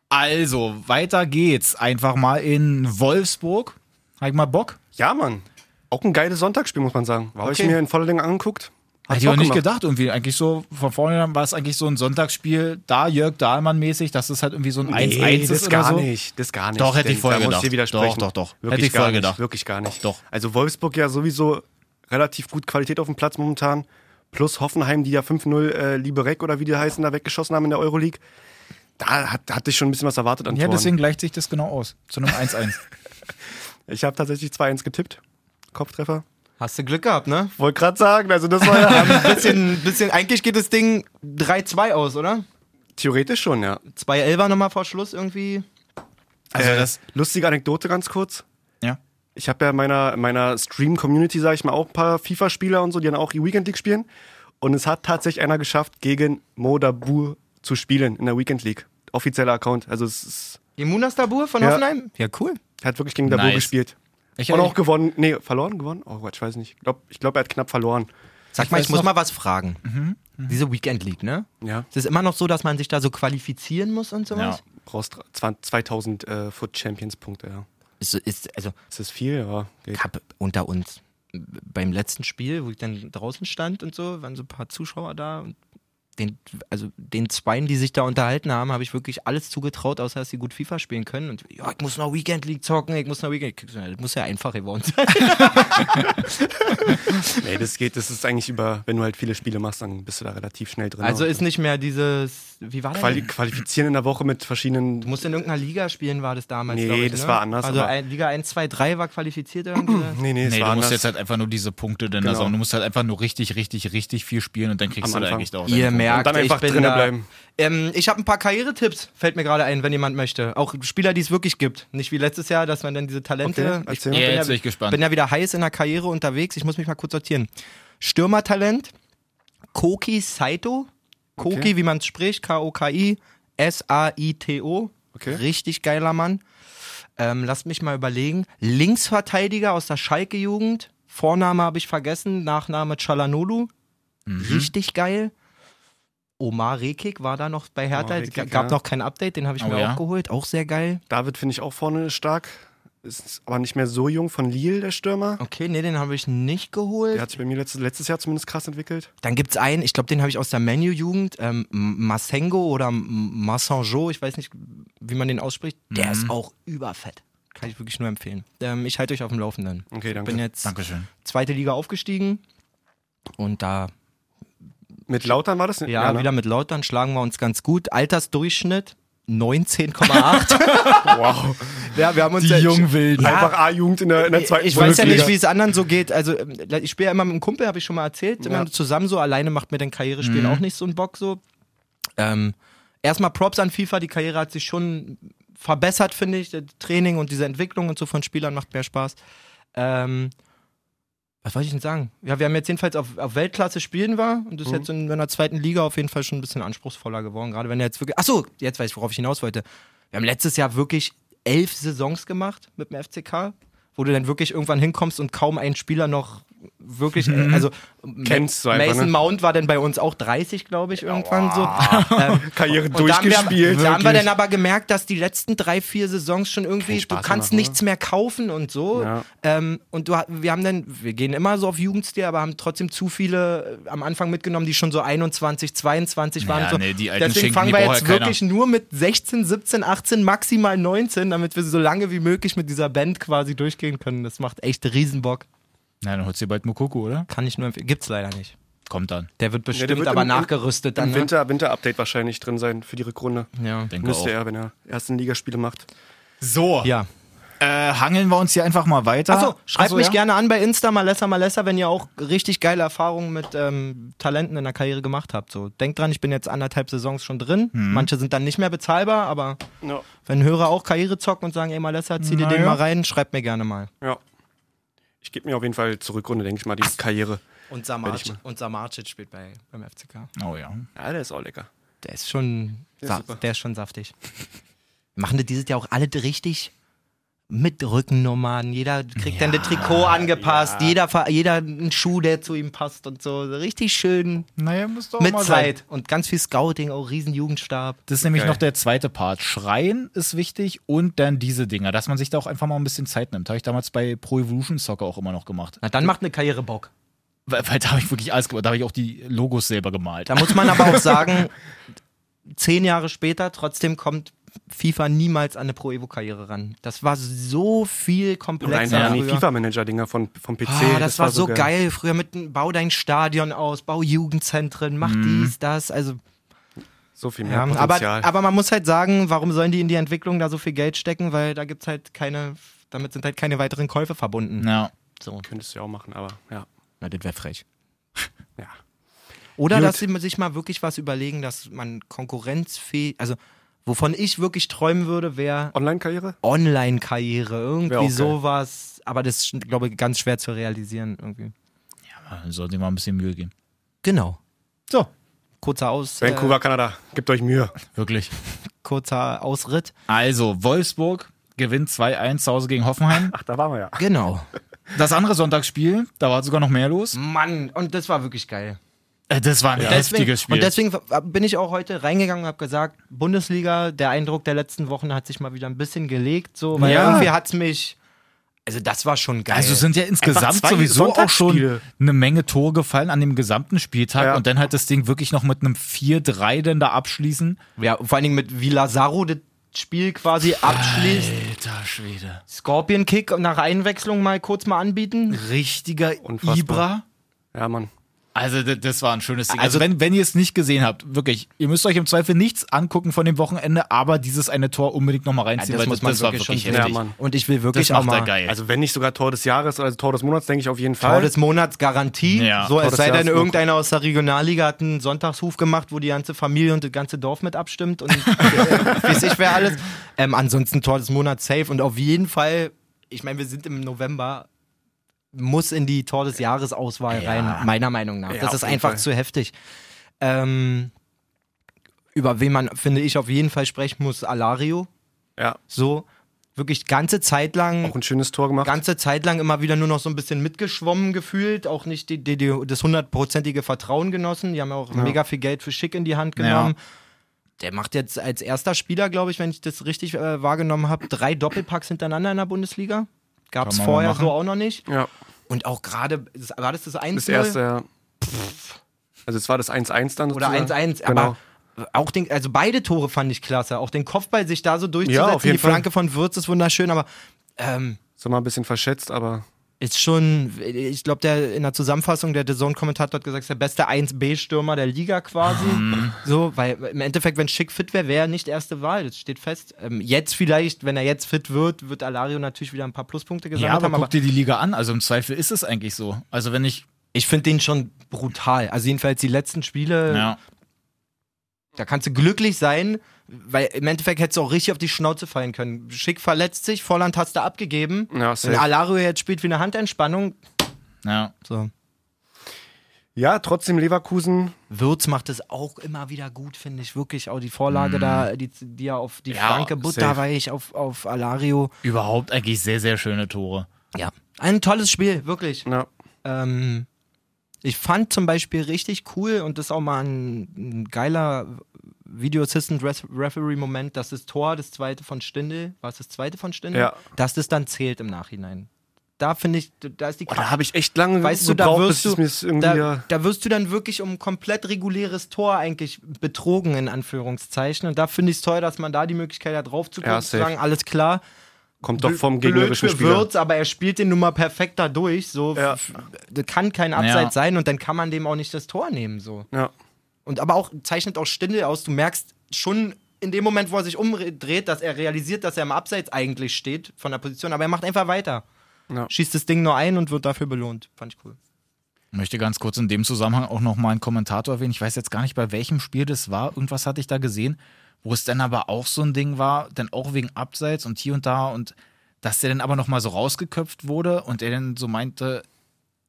Also, weiter geht's. Einfach mal in Wolfsburg. Hab ich mal Bock?
Ja, Mann. Auch ein geiles Sonntagsspiel, muss man sagen. Habe ich
Okay.
mir in voller Länge angeguckt. Hat
Hätte ich auch
Bock
nicht
gemacht.
gedacht, irgendwie. Eigentlich so, von vornherein war es eigentlich so ein Sonntagsspiel, da Jörg Dahlmann-mäßig, dass es halt irgendwie so ein 1-1
Nee, das
ist oder
gar
so.
nicht. Das gar nicht.
Doch, hätte ich
Denn
vorher
da muss
gedacht.
dir widersprechen.
Doch, doch, doch.
Wirklich
Hätte ich
gar
vorher
nicht.
gedacht.
Wirklich gar nicht.
Doch.
Also Wolfsburg ja sowieso relativ gut Qualität auf dem Platz momentan. Plus Hoffenheim, die ja 5-0 äh, Liberec oder wie die heißen, da weggeschossen haben in der Euroleague. Da hat, hatte ich schon ein bisschen was erwartet an
Ja,
Toren.
deswegen gleicht sich das genau aus. Zu einem 1-1.
[laughs] Ich habe tatsächlich 2-1 getippt. Kopftreffer.
Hast du Glück gehabt, ne?
Wollte gerade sagen, also das war
[laughs]
ja
Ein bisschen, bisschen, eigentlich geht das Ding 3-2 aus, oder?
theoretisch schon, ja. Äh,
2-11 nochmal vor Schluss irgendwie.
Also das,
Lustige Anekdote ganz kurz.
ja.
Ich habe ja in meiner, in meiner Stream-Community, sage ich mal, auch ein paar FIFA-Spieler und so, die dann auch die Weekend League spielen. Und es hat tatsächlich einer geschafft, gegen Modabur zu spielen in der Weekend League. Offizieller Account. Also es ist,
Die Munas Dabur von
Ja.
Hoffenheim? Ja, cool.
er hat wirklich gegen Dabur
Nice.
gespielt.
Ich-
und auch gewonnen. Nee, verloren, gewonnen? Oh Gott, ich weiß nicht. Ich glaube, ich glaub, er hat knapp verloren.
Sag
Ich
mal,
weiß
ich muss
noch-
mal was fragen. Diese Weekend League, ne?
Ja.
Ist es immer noch so, dass man sich da so qualifizieren muss und
Ja.
sowas?
Brauchst 2000 äh, Foot Champions Punkte, ja.
Ist, ist, also,
Ist das viel? Ja. Geht.
[laughs]
ich habe unter uns beim letzten Spiel, wo ich dann draußen stand und so, waren so ein paar Zuschauer da und den, also den Zweien, die sich da unterhalten haben, habe ich wirklich alles zugetraut, außer dass sie gut FIFA spielen können. Und ja, ich muss noch Weekend League zocken, ich muss noch Weekend League zocken. Das muss ja einfach geworden sein.
Nee, das geht, das ist eigentlich über, wenn du halt viele Spiele machst, dann bist du da relativ schnell drin.
Also
Und
ist nicht mehr dieses, wie war das?
Genau. Quali qualifizieren in der Woche mit
Du
verschiedenen.
musst in irgendeiner Liga spielen, war das damals,
Nee,
glaub ich,
das
ne?
war anders,
Also
aber-
ein, Liga 1, 2, 3 war qualifiziert
[clears throat]
irgendwie. ne?
Nee, nee, es
Nee,
war
du musst
anders.
jetzt halt einfach nur diese Punkte denn da
Genau.
sammeln. Du musst halt einfach nur richtig, richtig, richtig viel spielen und dann kriegst
Am
du da
Anfang.
eigentlich da auch
Ihr
deine Punkte.
merkt,
Und dann einfach
ich bin
drinnen
da,
bleiben.
Ähm, ich habe ein paar Karrieretipps, fällt mir gerade ein, wenn jemand möchte. Auch Spieler, die es wirklich gibt. Nicht wie letztes Jahr, dass man dann diese Talente.
Okay,
ich
erzähl
bin,
mal.
Ja,
ja,
jetzt bin ich gespannt.
bin ja wieder heiß in der Karriere unterwegs. Ich muss mich mal kurz sortieren. Stürmertalent, Koki Saito. Koki,
Okay.
wie man es spricht, K-O-K-I, S-A-I-T-O.
Okay.
Richtig geiler Mann. Ähm, lasst mich mal überlegen. Linksverteidiger aus der Schalke-Jugend. Vorname habe ich vergessen, Nachname Chalanolu. Richtig geil. Omar Rekik war da noch bei Hertha.
Omar
Es
Rekik,
gab
ja.
noch kein Update, den habe ich
Oh,
mir
ja?
auch geholt. Auch sehr geil.
David finde ich auch vorne stark. Ist aber nicht mehr so jung von Lille, der Stürmer.
Okay, nee, den habe ich nicht geholt.
Der hat sich bei mir letztes, letztes Jahr zumindest krass entwickelt.
Dann gibt es einen, ich glaube, den habe ich aus der Menu-Jugend, ähm, M- Massengo oder M- Massango, ich weiß nicht, wie man den ausspricht. Der ist auch überfett. Kann ich wirklich nur empfehlen. Ähm, ich halte euch auf dem Laufenden.
Okay, danke.
Bin jetzt
Dankeschön.
zweite Liga aufgestiegen und da
Mit Lautern war das?
Ja,
ne?
wieder mit Lautern schlagen wir uns ganz gut. Altersdurchschnitt 19,8.
Wow.
ja, wir haben uns
Die
ja-
jungen Wilden.
Einfach A-Jugend in der, in der zweiten
ich weiß ja
Bundesliga.
nicht, wie es anderen so geht. Also ähm, ich spiele ja immer mit einem Kumpel, habe ich schon mal erzählt. Immer
Ja.
zusammen so, alleine macht mir dann Karrierespielen auch nicht so einen Bock so. Ähm, erstmal Props an FIFA, die Karriere hat sich schon verbessert, finde ich. Das Training und diese Entwicklung und so von Spielern macht mehr Spaß. Ähm, was wollte ich denn sagen? Ja, wir haben jetzt jedenfalls auf, auf Weltklasse spielen war und
Mhm.
das ist jetzt in einer zweiten Liga auf jeden Fall schon ein bisschen anspruchsvoller geworden. Gerade wenn er jetzt wirklich. Achso, jetzt weiß ich, worauf ich hinaus wollte. Wir haben letztes Jahr wirklich elf Saisons gemacht mit dem FCK, wo du dann wirklich irgendwann hinkommst und kaum ein Spieler noch wirklich. äh, Also
Mhm. Kennst du einfach,
Mason
ne?
Mount war dann bei uns auch 30, glaube ich, irgendwann
[laughs]
so. Ähm,
Karriere
und da haben
durchgespielt.
Wir, da haben wir
Wirklich.
dann aber gemerkt, dass die letzten drei, vier Saisons schon irgendwie,
Keinen
du
Spaß
kannst
mehr machen,
nichts mehr kaufen und so.
Ja.
Ähm, und du, ha- wir haben dann, wir gehen immer so auf Jugendstil, aber haben trotzdem zu viele äh, am Anfang mitgenommen, die schon so 21, 22 waren.
Ja,
und so.
nee, die alten
Deswegen
Schinken,
fangen
die
wir
braucht
jetzt
ja keiner.
wirklich nur mit 16, 17, 18, maximal 19, damit wir so lange wie möglich mit dieser Band quasi durchgehen können. Das macht echt Riesenbock.
Na, dann holst du dir bald Mokoko, oder?
Kann ich nur empfehlen. Gibt's leider nicht.
Kommt dann.
Der wird bestimmt
wird
aber
im- im-
nachgerüstet dann.
Im Winter, Winter-Update wahrscheinlich drin sein für die Rückrunde.
Ne? Ja.
Denke auch.
Müsste er, wenn er ersten Ligaspiele macht.
So,
ja.
äh, hangeln wir uns hier einfach mal weiter.
Achso, schreibt mich
ja?
gerne an bei Insta, Malessa, Malessa, wenn ihr auch richtig geile Erfahrungen mit ähm, Talenten in der Karriere gemacht habt. So, denkt dran, ich bin jetzt anderthalb Saisons schon drin.
Mhm.
Manche sind dann nicht mehr bezahlbar, aber
Ja.
wenn Hörer auch Karriere zocken und sagen, ey Malessa, zieh dir
Na
den
ja.
mal rein, schreibt mir gerne mal.
ja. Ich gebe mir auf jeden Fall zur Rückrunde, denke ich mal, die Karriere.
Und
ich mal.
Samarcic, und Samarcic spielt bei, beim FCK.
Oh ja.
Ja, der ist auch lecker.
Der ist schon,
Der ist
sa-
super.
der ist schon saftig. [laughs] Machen die dieses Jahr auch alle richtig mit Rückennummern. Jeder kriegt dann das Trikot angepasst, jeder, ver- jeder einen Schuh, der zu ihm passt und so. Richtig schön.
Naja, muss doch
Mit
mal sein.
Zeit und ganz viel Scouting, auch Riesenjugendstab.
Das ist nämlich
Geil.
noch der zweite Part. Schreien ist wichtig und dann diese Dinger, dass man sich da auch einfach mal ein bisschen Zeit nimmt. Habe ich damals bei Pro Evolution Soccer auch immer noch gemacht.
Na, dann macht eine Karriere Bock.
Weil, weil da habe ich wirklich alles gemacht. Da habe ich auch die Logos selber gemalt.
Da muss man aber [laughs] auch sagen, zehn Jahre später, trotzdem kommt FIFA niemals an eine Pro-Evo-Karriere ran. Das war so viel
Oder
komplexer.
einfach an die
früher.
FIFA-Manager-Dinger von, vom PC.
Ah, das, war so geil. Früher mit dem Bau dein Stadion aus, bau Jugendzentren, mach dies, das. Also,
So viel mehr
ja, aber,
Potenzial.
aber man muss halt sagen, warum sollen die in die Entwicklung da so viel Geld stecken? Weil da gibt's halt keine, damit sind halt keine weiteren Käufe verbunden.
Ja.
So.
Könntest du ja auch machen, aber ja.
Na, das wäre frech.
ja.
Oder
Gut.
dass sie sich mal wirklich was überlegen, dass man konkurrenzfähig, also Wovon ich wirklich träumen würde, wäre
Online-Karriere?
Online-Karriere. Irgendwie
Wär okay.
sowas. Aber das ist, glaube ich, ganz schwer zu realisieren irgendwie.
Also, Sollte ihm mal ein bisschen Mühe geben.
Genau.
So,
Kurzer, Aus, äh,
Vancouver, Kanada. Gebt euch Mühe.
wirklich.
kurzer Ausritt.
Also, Wolfsburg gewinnt 2-1 zu Hause gegen Hoffenheim.
Ach, da waren wir ja.
Genau.
Das andere Sonntagsspiel, da war sogar noch mehr los.
Mann, und das war wirklich geil.
Äh, Das war ein heftiges Spiel.
Und deswegen äh, bin ich auch heute reingegangen und habe gesagt, Bundesliga, der Eindruck der letzten Wochen hat sich mal wieder ein bisschen gelegt, so, weil
Ja.
irgendwie hat's mich. Also das war schon geil.
also es sind ja insgesamt
zwei
sowieso auch schon
Sonntagsspiele.
eine Menge Tore gefallen an dem gesamten Spieltag
Ja.
und dann halt das Ding wirklich noch mit einem 4-3 denn da abschließen.
ja, vor allen Dingen mit wie Lazaro das Spiel quasi abschließt.
Alter Schwede.
Scorpion Kick nach Einwechslung mal kurz mal anbieten.
Richtiger
Unfassbar.
Ibra.
Ja, Mann.
Also d- das war ein schönes Ding. Also,
Also-
wenn, wenn ihr es nicht gesehen habt, wirklich, ihr müsst euch im Zweifel nichts angucken von dem Wochenende, aber dieses eine Tor unbedingt nochmal reinziehen, weil das, das war wirklich
schon
Ja,
heftig.
Mann.
Und ich will
Das
wirklich auch
macht er
mal
geil.
Also wenn nicht sogar Tor des Jahres oder Tor des Monats, denke ich auf jeden
Äh.
Fall.
Tor des Monats Garantie.
Ja.
so,
Tor
es
des
sei denn,
Jahres.
irgendeiner aus der Regionalliga hat einen Sonntagshuf gemacht, wo die ganze Familie und das ganze Dorf mit abstimmt
[laughs]
und äh, weiß ich wer alles. Ähm, ansonsten Tor des Monats safe und auf jeden Fall, ich meine, wir sind im November, muss in die Tor des Jahres Auswahl rein, meiner Meinung nach.
Ja,
das
auf
ist
jeden
einfach
Fall.
zu heftig. Ähm, über wen man, finde ich, auf jeden Fall sprechen muss, Alario.
ja,
So, wirklich ganze Zeit lang
auch ein schönes Tor gemacht.
ganze Zeit lang immer wieder nur noch so ein bisschen mitgeschwommen gefühlt, auch nicht die, die, die, das hundertprozentige Vertrauen genossen. Die haben ja auch mega viel Geld für Schick in die Hand genommen. Der macht jetzt als erster Spieler, glaube ich, wenn ich das richtig äh, wahrgenommen habe, drei Doppelpacks hintereinander in der Bundesliga. Gab es
Kann man mal
vorher
machen.
so auch noch nicht.
ja,
Und auch gerade, das- war das das 1
das erste. Ja. Also es war das 1-1 dann
Oder
sozusagen.
1-1.
Genau.
Aber auch den, also beide Tore fand ich klasse. Auch den Kopfball sich da so durchzusetzen.
Ja, auf jeden
die Flanke von Würz ist wunderschön, aber ähm,
So mal ein bisschen verschätzt, aber
ist schon, ich glaube, der in der Zusammenfassung, der DAZN-Kommentator hat gesagt, ist der beste 1B-Stürmer der Liga quasi.
Mhm.
so, weil im Endeffekt, wenn Schick fit wäre, wäre er nicht erste Wahl. Das steht fest. Ähm, jetzt vielleicht, wenn er jetzt fit wird, wird Alario natürlich wieder ein paar Pluspunkte gesammelt
ja, aber
haben. Aber
guck dir die Liga an. Also im Zweifel ist es eigentlich so. Also wenn ich.
ich finde den schon brutal. Also jedenfalls die letzten Spiele,
Ja.
da kannst du glücklich sein, weil im Endeffekt hättest du auch richtig auf die Schnauze fallen können. Schick verletzt sich, Volland hast du abgegeben.
ja,
Wenn
safe.
Alario jetzt spielt wie eine Handentspannung,
ja.
so.
ja, trotzdem Leverkusen.
Würz macht es auch immer wieder gut, finde ich. Wirklich auch die Vorlage da, die, die er auf die
Ja,
Franke
Mhm. safe.
Butterweich, auf, auf Alario.
Überhaupt eigentlich sehr, sehr schöne Tore.
Ja. Ein tolles Spiel, wirklich.
Ja,
Ähm, ich fand zum Beispiel richtig cool und das ist auch mal ein, ein geiler Video Assistant Ref- Referee Moment, dass das Tor, das zweite von Stindel, war es das zweite von Stindel,
Ja.
dass das dann zählt im Nachhinein. Da finde ich, da ist die
oh, da habe ich echt lange
Weißt du,
gebraucht,
da wirst
bis
du,
ich mir's irgendwie
da,
ja-
da wirst du dann wirklich um ein komplett reguläres Tor eigentlich betrogen, in Anführungszeichen. Und da finde ich es toll, dass man da die Möglichkeit hat, drauf zu gucken,
Ja,
zu
safe.
sagen, alles klar.
kommt doch vom
blöd
gegnerischen
für
Spieler.
Wirtz, aber er spielt den nun mal perfekt da durch. So,
Ja.
f- das kann kein Abseits sein und dann kann man dem auch nicht das Tor nehmen. So.
Ja,
Und aber auch zeichnet auch Stindel aus. Du merkst schon in dem Moment, wo er sich umdreht, dass er realisiert, dass er im Abseits eigentlich steht von der Position, aber er macht einfach weiter.
Ja.
Schießt das Ding nur ein und wird dafür belohnt. Fand ich cool.
Ich möchte ganz kurz in dem Zusammenhang auch nochmal einen Kommentator erwähnen. Ich weiß jetzt gar nicht, bei welchem Spiel das war. Irgendwas hatte ich da gesehen, wo es dann aber auch so ein Ding war, dann auch wegen Abseits und hier und da und dass der dann aber nochmal so rausgeköpft wurde und er dann so meinte,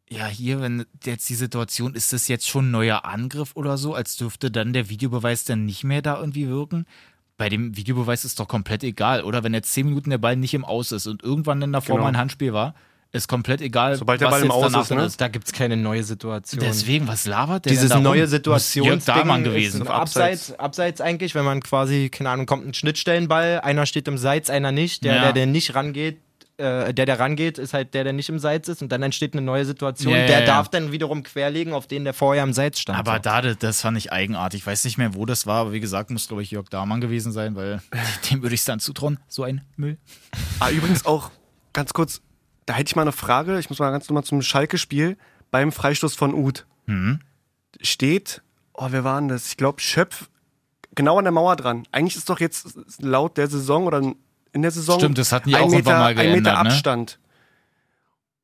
ja, hier, wenn jetzt die Situation, ist das jetzt schon ein neuer Angriff oder so, als dürfte dann der Videobeweis dann nicht mehr da irgendwie wirken. Bei dem Videobeweis ist doch komplett egal, oder? Wenn jetzt zehn Minuten der Ball nicht im Aus ist und irgendwann dann davor
Genau.
mal ein Handspiel war, ist komplett egal,
Sobald der
was
Ball im
jetzt
Aus
danach
ist,
dann
ne?
Da gibt es keine neue Situation.
Deswegen, was labert der
Dieses
denn da
neue
rum? Muss Jörg Dahmann
Situationsding
gewesen.
ist abseits, abseits eigentlich, wenn man quasi, keine Ahnung, kommt ein Schnittstellenball, einer steht im Seits, einer nicht. Der,
Ja.
der, der nicht rangeht, äh, der, der rangeht, ist halt der, der nicht im Seits ist und dann entsteht eine neue Situation.
Ja, ja,
der
ja.
darf dann wiederum querlegen, auf den der vorher im Seits stand.
aber
so.
da, das- das fand ich eigenartig. Ich weiß nicht mehr, wo das war, aber wie gesagt, muss, glaube ich, Jörg Dahmann gewesen
[laughs]
sein, weil dem würde ich es dann zutrauen. So ein Müll.
Ah, übrigens auch ganz kurz, da hätte ich mal eine Frage. Ich muss mal ganz normal zum Schalke-Spiel beim Freistoß von Uth.
Mhm.
Steht, oh, wer war denn das? Ich glaube, Schöpf genau an der Mauer dran. Eigentlich ist doch jetzt laut der Saison oder in der Saison.
Stimmt, das hatten die
ein
auch
Meter,
irgendwann mal
Ein Meter
geändert, ne?
Abstand.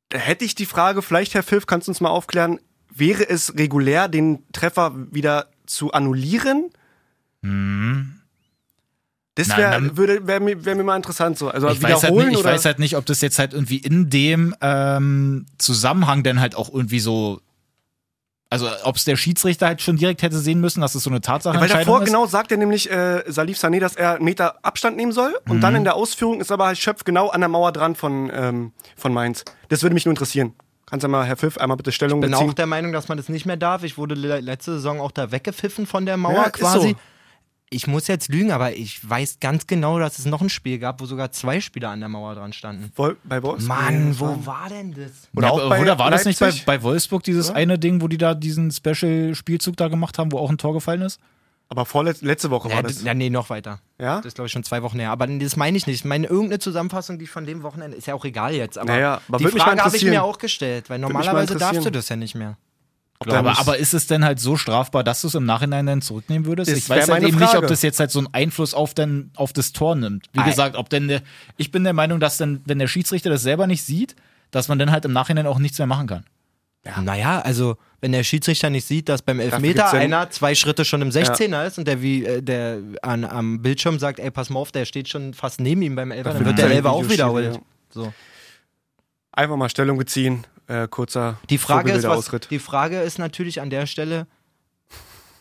Da hätte ich die Frage, vielleicht, Herr Pfiff, kannst du uns mal aufklären, wäre es regulär, den Treffer wieder zu annullieren? Das
Mhm. Nein,
wäre
dann-
wär, wär mir, wär mir mal interessant so. Also
Ich weiß, halt
wiederholen
nicht, ich
oder
weiß halt nicht, ob das jetzt halt irgendwie in dem ähm, Zusammenhang dann halt auch irgendwie so. Also, ob es der Schiedsrichter halt schon direkt hätte sehen müssen, dass es so eine Tatsache
weil davor
ist.
genau sagt er nämlich äh, Salif Sané, dass er einen Meter Abstand nehmen soll und
Mhm.
dann in der Ausführung ist aber halt Schöpf genau an der Mauer dran von, ähm, von Mainz. Das würde mich nur interessieren. Kannst du mal, Herr Pfiff, einmal bitte Stellung
bin
beziehen?
auch der Meinung, dass man das nicht mehr darf. Ich wurde le- letzte Saison auch da weggepfiffen von der Mauer
Ja, ist
quasi.
so.
Ich muss jetzt lügen, aber ich weiß ganz genau, dass es noch ein Spiel gab, wo sogar zwei Spieler an der Mauer dran standen.
Wol- bei Wolfsburg?
Mann, wo war denn das?
Oder auch bei
oder war das nicht bei,
Leipzig?
bei Wolfsburg dieses eine Ding, wo die da diesen Special-Spielzug da gemacht haben, wo auch ein Tor gefallen ist?
Aber vorletzte letzte Woche
Ja,
war das.
ja, nee, noch weiter.
Ja?
Das ist, glaube ich, schon zwei Wochen her. Aber das meine ich nicht. Ich meine, irgendeine Zusammenfassung, die ich von dem Wochenende, ist ja auch egal jetzt. Aber,
Naja, aber
die
würd mich mal
Frage habe ich
interessieren.
mir auch gestellt, weil
mich mal
normalerweise darfst du
interessieren.
das ja nicht mehr.
Ob da
Aber,
muss-
aber ist es denn halt so strafbar, dass du es im Nachhinein dann zurücknehmen würdest?
Das
ich
wär
weiß halt
meine
eben nicht,
Frage.
ob das jetzt halt so einen Einfluss auf, den, auf das Tor nimmt. Wie
Ei.
gesagt, ob denn der, ich bin der Meinung, dass dann, wenn der Schiedsrichter das selber nicht sieht, dass man dann halt im Nachhinein auch nichts mehr machen kann.
Naja, also wenn der Schiedsrichter nicht sieht, dass beim
gibt's
Elfmeter
ja-
einer zwei Schritte schon im 16er ist und der wie äh, der an, am Bildschirm sagt, ey, pass mal auf, der steht schon fast neben ihm beim Elfer, dann
gibt's
wird der
ja
Elfer auch
Videoschiri,
wiederholt.
ja.
So.
Einfach mal Stellung beziehen. Äh, kurzer
Die Frage ist, was,
Vogelbilderausritt.
die Frage ist natürlich an der Stelle,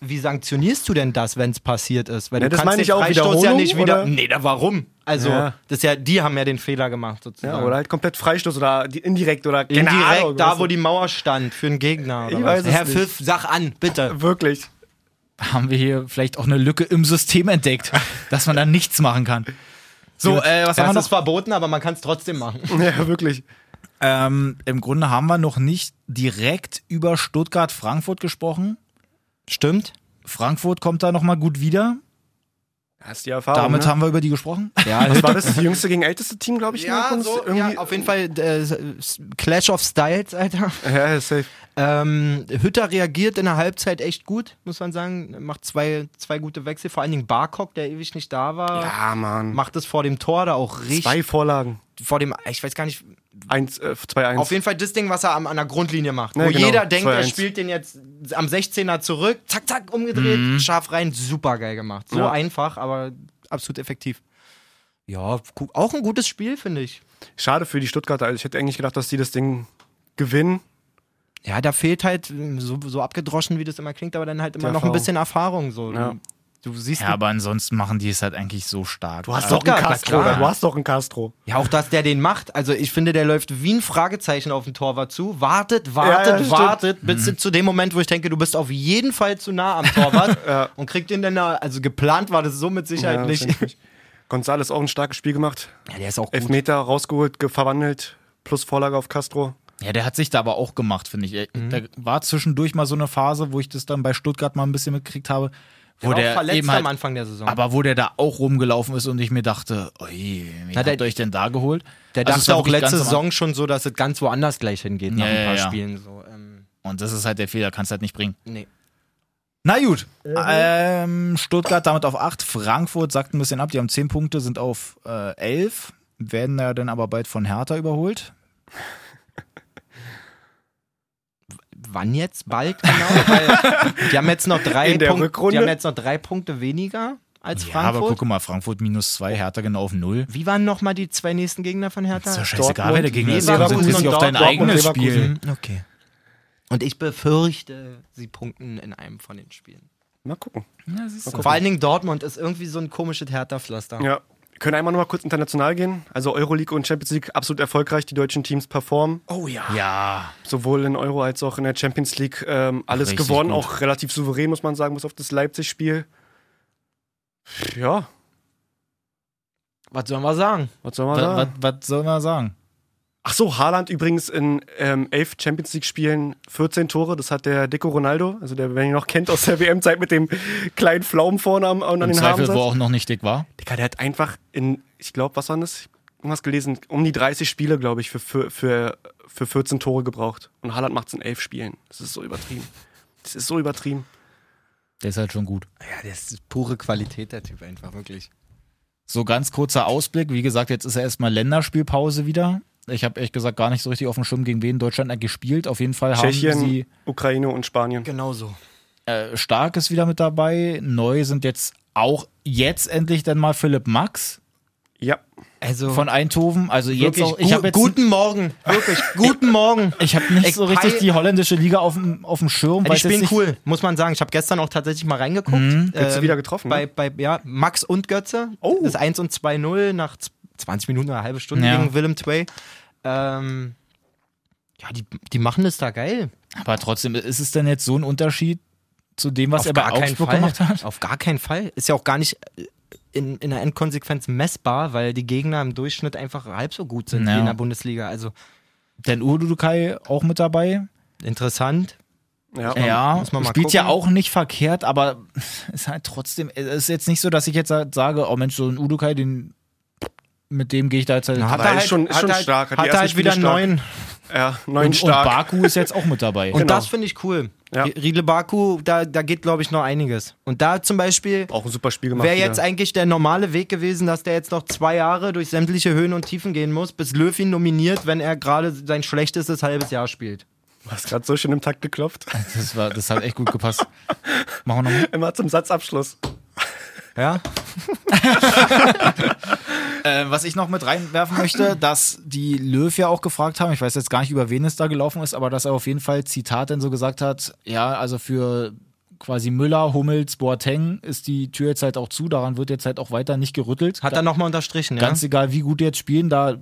wie sanktionierst du denn das, wenn es passiert ist? Weil
Ja,
du
das
kannst
meine
den
ich auch,
Freistoß ja nicht
Wiederholung,
wieder.
oder?
Nee, da warum? Also,
Ja.
das ist ja, die haben ja den Fehler gemacht, sozusagen.
Ja, oder halt komplett Freistoß oder die- indirekt oder keine
Indirekt
Ahnung,
da,
was-
wo die Mauer stand, für einen Gegner. Oder was?
Ich weiß es
Herr
nicht.
Pfiff, sag an, bitte.
Wirklich. [laughs]
Haben wir hier vielleicht auch eine Lücke im System [laughs] entdeckt, dass man dann nichts machen kann. So, äh, was
Das
haben wir
ist
noch?
verboten, aber man kann es trotzdem machen.
Ja, wirklich.
Ähm, Im Grunde haben wir noch nicht direkt über Stuttgart-Frankfurt gesprochen.
Stimmt.
Frankfurt kommt da nochmal gut wieder.
Hast die Erfahrung.
Damit
ne?
haben wir über die gesprochen. [laughs]
Ja,
was war das jüngste gegen älteste Team, glaube ich?
ja,
in der
so,
Bundes-
ja, auf jeden Fall äh, s- Clash of Styles, Alter.
Ja, safe.
Ähm, Hütter reagiert in der Halbzeit echt gut, muss man sagen. Macht zwei, zwei gute Wechsel. Vor allen Dingen Barkok, der ewig nicht da war,
Ja, Mann.
macht es vor dem Tor da auch richtig.
Zwei Vorlagen.
Vor dem, ich weiß gar nicht,
Eins, äh, zwei, eins.
auf jeden Fall das Ding, was er am, an der Grundlinie macht.
Ja,
wo
genau.
jeder denkt, er
2-1.
spielt den jetzt am 16er zurück, zack, zack, umgedreht, scharf rein, super geil gemacht. So
Mhm. Ja.
einfach, aber absolut effektiv. Ja, gu- auch ein gutes Spiel, finde ich.
Schade für die Stuttgarter. Also ich hätte eigentlich gedacht, dass die das Ding gewinnen.
Ja, da fehlt halt, ähm, so, so abgedroschen, wie das immer klingt, aber dann halt immer
Die
noch ein
Erfahrung.
bisschen Erfahrung. So.
Ja.
Du siehst
Ja, aber ansonsten machen die es halt eigentlich so stark.
Du hast
doch einen
doch einen
Stuttgart, Castro,
Äh, Castro.
na klar.
Du hast doch einen Castro.
Ja, auch dass der den macht. Also ich finde, der läuft wie ein Fragezeichen auf den Torwart zu, wartet,
Ja, ja,
wartet,
stimmt.
wartet, bis
Mhm.
zu dem Moment, wo ich denke, du bist auf jeden Fall zu nah am
[laughs]
Torwart und kriegt ihn dann, da- also geplant war das so mit Sicherheit
Ja,
nicht.
wahrscheinlich. Gonzales auch ein starkes Spiel gemacht.
[laughs] Ja, der ist auch gut.
Elfmeter rausgeholt, ge- verwandelt. Plus Vorlage auf Castro.
Ja, der hat sich da aber auch gemacht, finde ich. Er-
Mhm.
Da war zwischendurch mal so eine Phase, wo ich das dann bei Stuttgart mal ein bisschen mitgekriegt habe, wo
war auch
der,
verletzt
eben halt,
am Anfang der Saison.
aber wo der da auch rumgelaufen ist und ich mir dachte, oi, wen
Na, der-
habt ihr euch denn da geholt?
der
Also es
dachte auch
war wirklich
letzte
ganz am
Saison schon so, dass es ganz woanders gleich hingeht nach
Ja,
ein
ja,
paar
ja.
Spielen. So. Ähm,
Anfang. Und das ist halt der Fehler, kannst halt nicht bringen.
nee.
Na gut, ähm, Stuttgart damit auf 8, Frankfurt sagt ein bisschen ab, die haben 10 Punkte, sind auf äh, 11, werden ja dann aber bald von Hertha überholt.
Wann jetzt? Bald genau? Weil die haben jetzt noch drei
In der
Punkte.
Rückrunde?
Die haben jetzt noch drei Punkte weniger als
Ja, aber
Frankfurt.
guck mal, Frankfurt minus 2, Hertha genau auf 0.
Wie waren nochmal die zwei nächsten Gegner von Hertha?
Ist doch scheißegal,
Dortmund,
wer dagegen ist.
Leverkusen
Konzentrier dich
und
auf dein
Dortmund,
eigenes
Leverkusen.
Spiel.
Mhm, Okay. Und ich befürchte, sie punkten in einem von den Spielen.
Mal gucken.
Vor allen Dingen Dortmund ist irgendwie so ein komisches Hertha-Pflaster.
Ja. Wir können einmal noch mal kurz international gehen. Also Euroleague und Champions League absolut erfolgreich. Die deutschen Teams performen.
Oh ja.
Ja,
sowohl in Euro als auch in der Champions League ähm, alles
Richtig
gewonnen,
gut.
auch relativ souverän, muss man sagen, bis auf das Leipzig-Spiel. Ja,
Was sollen wir sagen?
was soll man
was, was,
sagen?
was soll man sagen?
Ach so, Haaland übrigens in ähm, elf Champions League-Spielen 14 Tore, das hat der Deco Ronaldo, also der, wenn ihr noch kennt aus der [laughs] WM-Zeit mit dem kleinen Pflaumen vorne am, an
Im
den
Zweifel, wo
Haaren.
auch noch nicht dick war.
Digga, der hat einfach in, ich glaube, was waren das? Irgendwas gelesen, um die 30 Spiele, glaube ich, für, für, für, für 14 Tore gebraucht. Und Haaland macht es in elf Spielen. Das ist so übertrieben. Das ist so übertrieben.
Der ist halt schon gut.
Ja, das ist pure Qualität, der Typ einfach, wirklich.
So ganz kurzer Ausblick. Wie gesagt, jetzt ist ja erstmal Länderspielpause wieder. Ich habe ehrlich gesagt gar nicht so richtig auf dem Schirm, gegen wen Deutschland eigentlich spielt. Auf jeden Fall haben
Tschechien,
sie
Ukraine und Spanien.
Genau so.
Äh, Stark ist wieder mit dabei. Neu sind jetzt auch jetzt endlich dann mal Philipp Max
Ja.
Also
von Eindhoven. Also jetzt
wirklich,
auch, ich
gu-
habe jetzt
guten Morgen, [laughs] wirklich guten Morgen.
ich habe nicht
Ich
so richtig
peil-
die holländische Liga auf dem auf dem Schirm,
Die
weil ich jetzt
spielen
nicht,
Also cool, muss man sagen. Ich habe gestern auch tatsächlich mal reingeguckt.
Götze
Ähm,
wieder getroffen,
Bei,
ne?
bei ja, Max und Götze.
Oh.
Das 1 und 2-0 nach z- 20 Minuten oder eine halbe Stunde
Ja.
gegen Willem Tway. Ähm, ja, die, die machen das da geil.
Aber trotzdem ist es denn jetzt so ein Unterschied zu dem, was er bei
keinen
Augsburg
Fall.
gemacht hat?
Auf gar keinen Fall. Ist ja auch gar nicht äh, in, in der Endkonsequenz messbar, weil die Gegner im Durchschnitt einfach halb so gut sind
Ja.
wie in der Bundesliga. Also
Denn Urdukai auch mit dabei.
interessant.
Ja.
Ja,
muss man mal
spielt ja
gucken.
auch nicht verkehrt, aber [laughs] ist halt trotzdem, es ist jetzt nicht so, dass ich jetzt halt sage, oh Mensch, so ein Udukai, den, mit dem gehe ich da jetzt halt.
Na,
er ist schon- ist schon
er halt,
stark, hat die
Hat, er
ersten
halt wieder
Spiele stark.
neun.
ja. Neun
und, und
stark.
Baku ist jetzt auch mit dabei.
Und
Genau.
das finde ich cool.
Ja.
Riedle Baku, da, da geht, glaube ich, noch einiges. Und da zum Beispiel
auch ein super Spiel gemacht.
wäre
wieder.
jetzt eigentlich der normale Weg gewesen, dass der jetzt noch zwei Jahre durch sämtliche Höhen und Tiefen gehen muss, bis Löw ihn nominiert, wenn er gerade sein schlechtestes halbes Jahr spielt.
Du hast gerade so schön im Takt geklopft.
Das, war, das hat echt gut gepasst. Machen wir nochmal.
Immer zum Satzabschluss.
Ja?
Äh, was ich noch mit
[laughs]
reinwerfen möchte, dass die Löw ja auch gefragt haben, ich weiß jetzt gar nicht, über wen es da gelaufen ist, aber dass er auf jeden Fall Zitat denn so gesagt hat, ja, also für quasi Müller, Hummels, Boateng ist die Tür jetzt halt auch zu, daran wird jetzt halt auch weiter nicht gerüttelt.
Hat er nochmal unterstrichen, ja?
Ganz egal, wie gut die jetzt spielen, da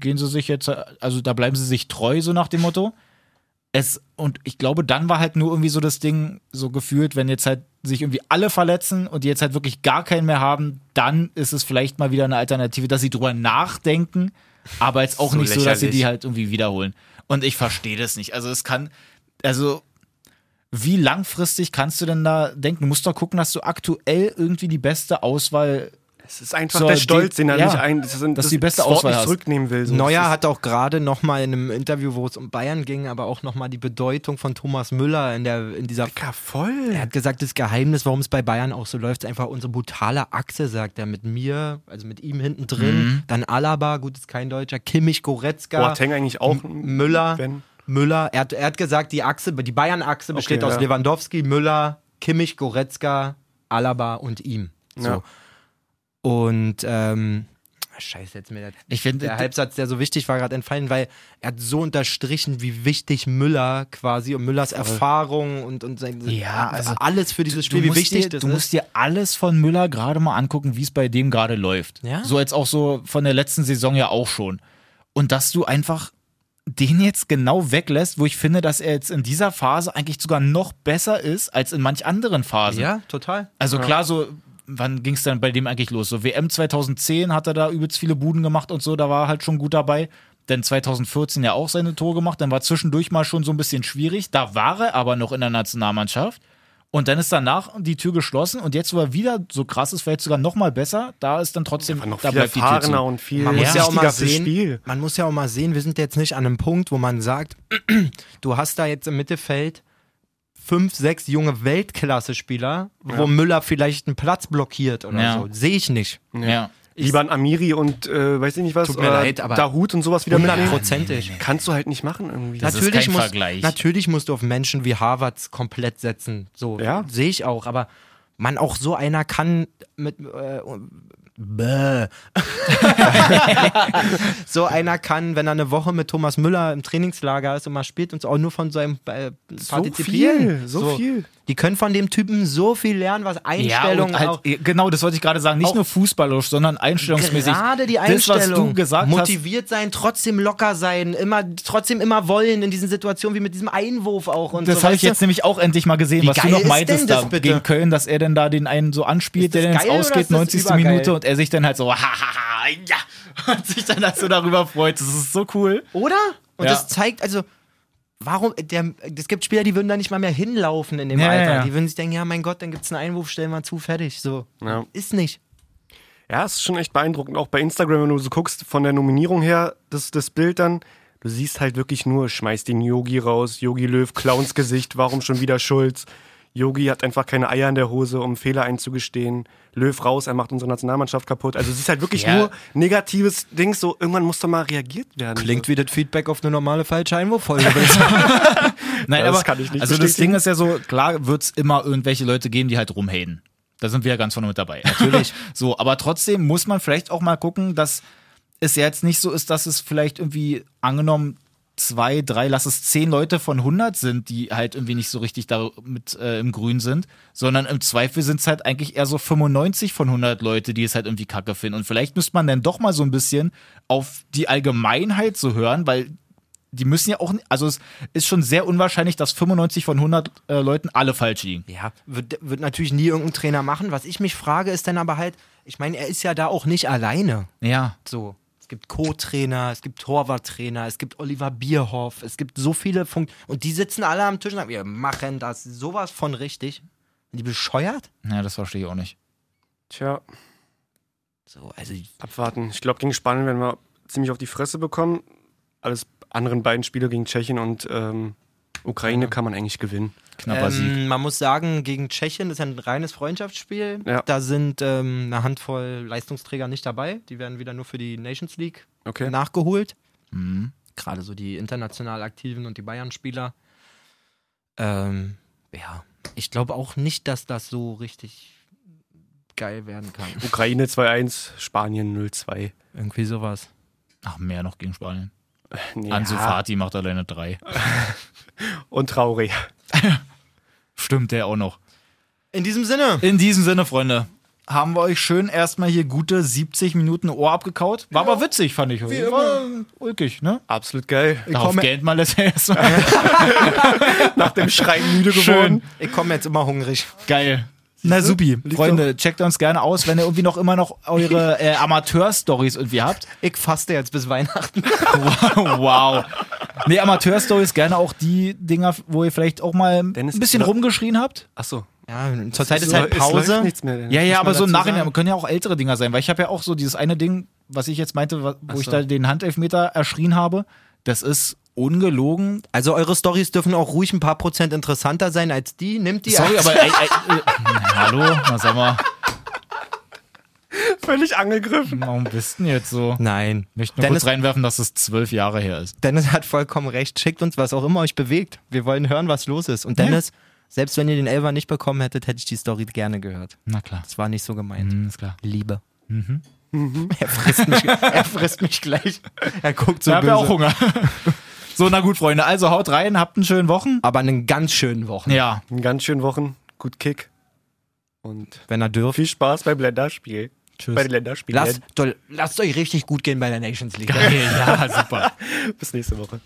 gehen sie sich jetzt, also da bleiben sie sich treu, so nach dem Motto. Es, und ich glaube, dann war halt nur irgendwie so das Ding so gefühlt, wenn jetzt halt sich irgendwie alle verletzen und die jetzt halt wirklich gar keinen mehr haben, dann ist es vielleicht mal wieder eine Alternative, dass sie drüber nachdenken, aber jetzt auch
So
nicht so, dass sie
lächerlich.
die halt irgendwie wiederholen. Und ich verstehe das nicht. Also es kann, also wie langfristig kannst du denn da denken? Du musst doch gucken, dass du aktuell irgendwie die beste Auswahl
Das ist einfach
So,
der
die-
Stolz, den er
ja.
nicht ein. Das, sind-
Dass du die beste
das Wort
Auswahl
nicht
hast.
zurücknehmen will. So.
Neuer
Das
hat auch gerade nochmal in einem Interview, wo es um Bayern ging, aber auch nochmal die Bedeutung von Thomas Müller in, der, in dieser
ist- Ja, voll.
Er hat gesagt, das Geheimnis, warum es bei Bayern auch so läuft, ist einfach unsere brutale Achse, sagt er. Mit mir, also mit ihm hinten drin, dann Alaba, gut, ist kein Deutscher, Kimmich, Goretzka,
Mhm. Boateng eigentlich auch.
Müller,
Wenn-
Müller. Er hat, er hat gesagt, die Achse, die Bayern-Achse besteht
Okay,
aus
ja.
Lewandowski, Müller, Kimmich, Goretzka, Alaba und ihm. So.
Ja.
Und, ähm, Scheiße, jetzt mir der,
Ich finde,
der Halbsatz, der so wichtig war, gerade entfallen, weil er hat so unterstrichen, wie wichtig Müller quasi und Müllers Erfahrung und, und sein,
Ja, also
alles für dieses
du
Spiel, wie
musst
wichtig
dir,
das
Du
ist.
musst dir alles von Müller gerade mal angucken, wie es bei dem gerade läuft.
Ja.
So jetzt auch so von der letzten Saison ja auch schon. Und dass du einfach den jetzt genau weglässt, wo ich finde, dass er jetzt in dieser Phase eigentlich sogar noch besser ist als in manch anderen Phasen.
ja, total.
Also klar, so, wann ging es denn bei dem eigentlich los? So WM 2010 hat er da übelst viele Buden gemacht und so, da war er halt schon gut dabei. Dann 2014 ja auch seine Tore gemacht, dann war zwischendurch mal schon so ein bisschen schwierig. Da war er aber noch in der Nationalmannschaft. Und dann ist danach die Tür geschlossen und jetzt, wo er wieder so krass ist, vielleicht sogar noch mal besser, da ist dann trotzdem,
Noch
da
viel
bleibt die Tür zu.
erfahrener und viel
Man muss ja,
wichtiger
auch mal
fürs Spiel.
sehen, man muss ja auch mal sehen, wir sind jetzt nicht an einem Punkt, wo man sagt, [clears throat] du hast da jetzt im Mittelfeld fünf, sechs junge Weltklasse-Spieler, wo Müller vielleicht einen Platz blockiert oder
Ja.
so. Sehe ich nicht.
Ja.
Lieber ein Amiri und äh, weiß ich nicht was.
Tut mir
oder
leid, aber
Dahut und sowas wieder mitnehmen.
Hundertprozentig.
Kannst du halt nicht machen irgendwie.
Das ist kein
musst,
Vergleich.
Natürlich musst du auf Menschen wie Harvards komplett setzen. So
Ja.
sehe ich auch. Aber man, auch so einer kann mit äh, bäh. [laughs] so einer kann, wenn er eine Woche mit Thomas Müller im Trainingslager ist und mal spielt und so auch nur von seinem äh,
so
partizipieren.
viel, so, viel.
Die können von dem Typen so viel lernen, was Einstellungen
und halt,
auch.
genau, das wollte ich gerade sagen. Nicht
auch-
nur fußballerisch, sondern einstellungsmäßig.
Gerade die Einstellung.
Das, was du gesagt hast,
motiviert sein, trotzdem locker sein, immer, trotzdem immer wollen in diesen Situationen wie mit diesem Einwurf auch und
Das
so.
habe ich
weißt du?
jetzt nämlich auch endlich mal gesehen,
Wie
was du
geil
noch
ist
meintest
denn das
da
bitte?
gegen Köln, dass er denn da den einen so anspielt,
Ist das
der dann ins
geil oder
Ausgeht,
ist das
90.
übergeil?
Minute und er sich dann halt so, [laughs] hahaha, ja, [laughs] und sich dann halt so darüber freut. Das ist so cool.
Oder? Und
Ja.
das zeigt, also, warum, der, es gibt Spieler, die würden da nicht mal mehr hinlaufen in dem
Ja,
Alter.
ja, ja.
Die würden sich denken, ja, mein Gott, dann gibt es einen Einwurf, stellen wir zu, fertig. So.
Ja.
Ist nicht.
Ja, es ist schon echt beeindruckend. Auch bei Instagram, wenn du so guckst, von der Nominierung her, das, das Bild dann, du siehst halt wirklich nur, schmeißt den Yogi raus, Yogi Löw, Clowns Gesicht, warum schon wieder Schulz? Yogi hat einfach keine Eier in der Hose, um Fehler einzugestehen. Löw raus, er macht unsere Nationalmannschaft kaputt. Also es ist halt wirklich
Ja.
nur negatives Ding, so irgendwann muss doch mal reagiert werden.
[laughs] wie das Feedback auf eine normale falsche Einwurffolge.
Nein,
Ja, das
aber,
kann ich nicht
Also das
bestätigen.
Ding ist ja so, klar wird es immer irgendwelche Leute geben, die halt rumhaten. Da sind wir ja ganz vorne mit dabei. Natürlich. so, aber trotzdem muss man vielleicht auch mal gucken, dass es ja jetzt nicht so ist, dass es vielleicht irgendwie angenommen zwei, drei, lass es zehn Leute von 100 sind, die halt irgendwie nicht so richtig da mit äh, im Grün sind, sondern im Zweifel sind es halt eigentlich eher so 95 von 100 Leute, die es halt irgendwie kacke finden. Und vielleicht müsste man dann doch mal so ein bisschen auf die Allgemeinheit so hören, weil die müssen ja auch, also es ist schon sehr unwahrscheinlich, dass 95 von 100 äh, Leuten alle falsch liegen.
Ja, wird, wird natürlich nie irgendein Trainer machen. Was ich mich frage, ist dann aber halt, ich meine, er ist ja da auch nicht alleine.
Ja.
So. Es gibt Co-Trainer, es gibt Torwarttrainer, es gibt Oliver Bierhoff, es gibt so viele Funk. Und die sitzen alle am Tisch und sagen, wir machen das sowas von richtig. Sind Die bescheuert?
Ja, das verstehe ich auch nicht.
Tja,
So, also,
abwarten. Ich glaube, gegen Spanien werden wir ziemlich auf die Fresse bekommen. Alles anderen beiden Spiele gegen Tschechien und ähm, Ukraine kann man eigentlich gewinnen.
Knapper Sieg.
ähm, man muss sagen, gegen Tschechien das ist ja ein reines Freundschaftsspiel.
Ja.
Da sind ähm, eine Handvoll Leistungsträger nicht dabei. Die werden wieder nur für die Nations League
Okay.
nachgeholt.
Mhm.
Gerade so die international Aktiven und die Bayern-Spieler. Ähm, ja, ich glaube auch nicht, dass das so richtig geil werden kann.
Ukraine 2-1, Spanien 0-2.
Irgendwie sowas.
Ach, mehr noch gegen Spanien.
Nee,
Ansu
ja.
Fati macht alleine drei.
Und traurig.
Stimmt, der auch noch.
In diesem Sinne.
In diesem Sinne, Freunde, haben wir euch schön erstmal hier gute 70 Minuten Ohr abgekaut. War aber witzig, fand ich. Wie war ulkig, ne?
Absolut geil.
Darauf
komme-
Geld mal lässt [laughs] erstmal.
Nach dem Schreien
[laughs]
müde
Schön.
geworden.
Ich komme jetzt immer hungrig.
Geil. Na supi, Freunde, checkt uns gerne aus, wenn ihr irgendwie noch immer noch
[laughs]
eure äh, Amateur-Stories irgendwie habt. [laughs]
Ich faste jetzt bis Weihnachten.
wow. Nee, Amateur-Stories, gerne auch die Dinger, wo ihr vielleicht auch mal ein
Dennis,
bisschen
lo-
rumgeschrien habt.
Achso.
Ja, zurzeit ist halt Pause.
nichts mehr.
Ja, ja, aber so im
dazu
Nachhinein
sagen?
können ja auch ältere Dinger sein, weil ich habe ja auch so dieses eine Ding, was ich jetzt meinte, wa- wo ich da den Handelfmeter erschrien habe. Das ist ungelogen.
Also eure Stories dürfen auch ruhig ein paar Prozent interessanter sein als die. Nimmt die
Sorry, aber. Ey,
[laughs]
ey, äh, hallo, na sag mal,
Völlig angegriffen.
warum bist du denn jetzt so?
Nein.
Ich möchte nur
Dennis,
kurz reinwerfen, dass es zwölf Jahre her ist.
Dennis hat vollkommen recht. Schickt uns, was auch immer euch bewegt. Wir wollen hören, was los ist. Und Dennis, selbst wenn ihr den Elfer nicht bekommen hättet, hätte ich die Story gerne gehört.
Na klar.
Das war nicht so gemeint.
Hm, ist klar.
Liebe.
Mhm.
[laughs] Er, frisst mich, er frisst mich gleich. Er guckt so
da haben wir
böse.
auch Hunger. [laughs] so, na gut, Freunde. Also haut rein, habt einen schönen Wochen.
Aber einen ganz schönen Wochen,
Ja.
In ganz schönen Wochen. Gut Kick. Und
wenn er dürft.
viel Spaß beim Länderspiel. Tschüss. Bei den Länderspielen.
Lasst, doll, lasst euch richtig gut gehen bei der Nations League.
[laughs] ja, super.
Bis nächste Woche.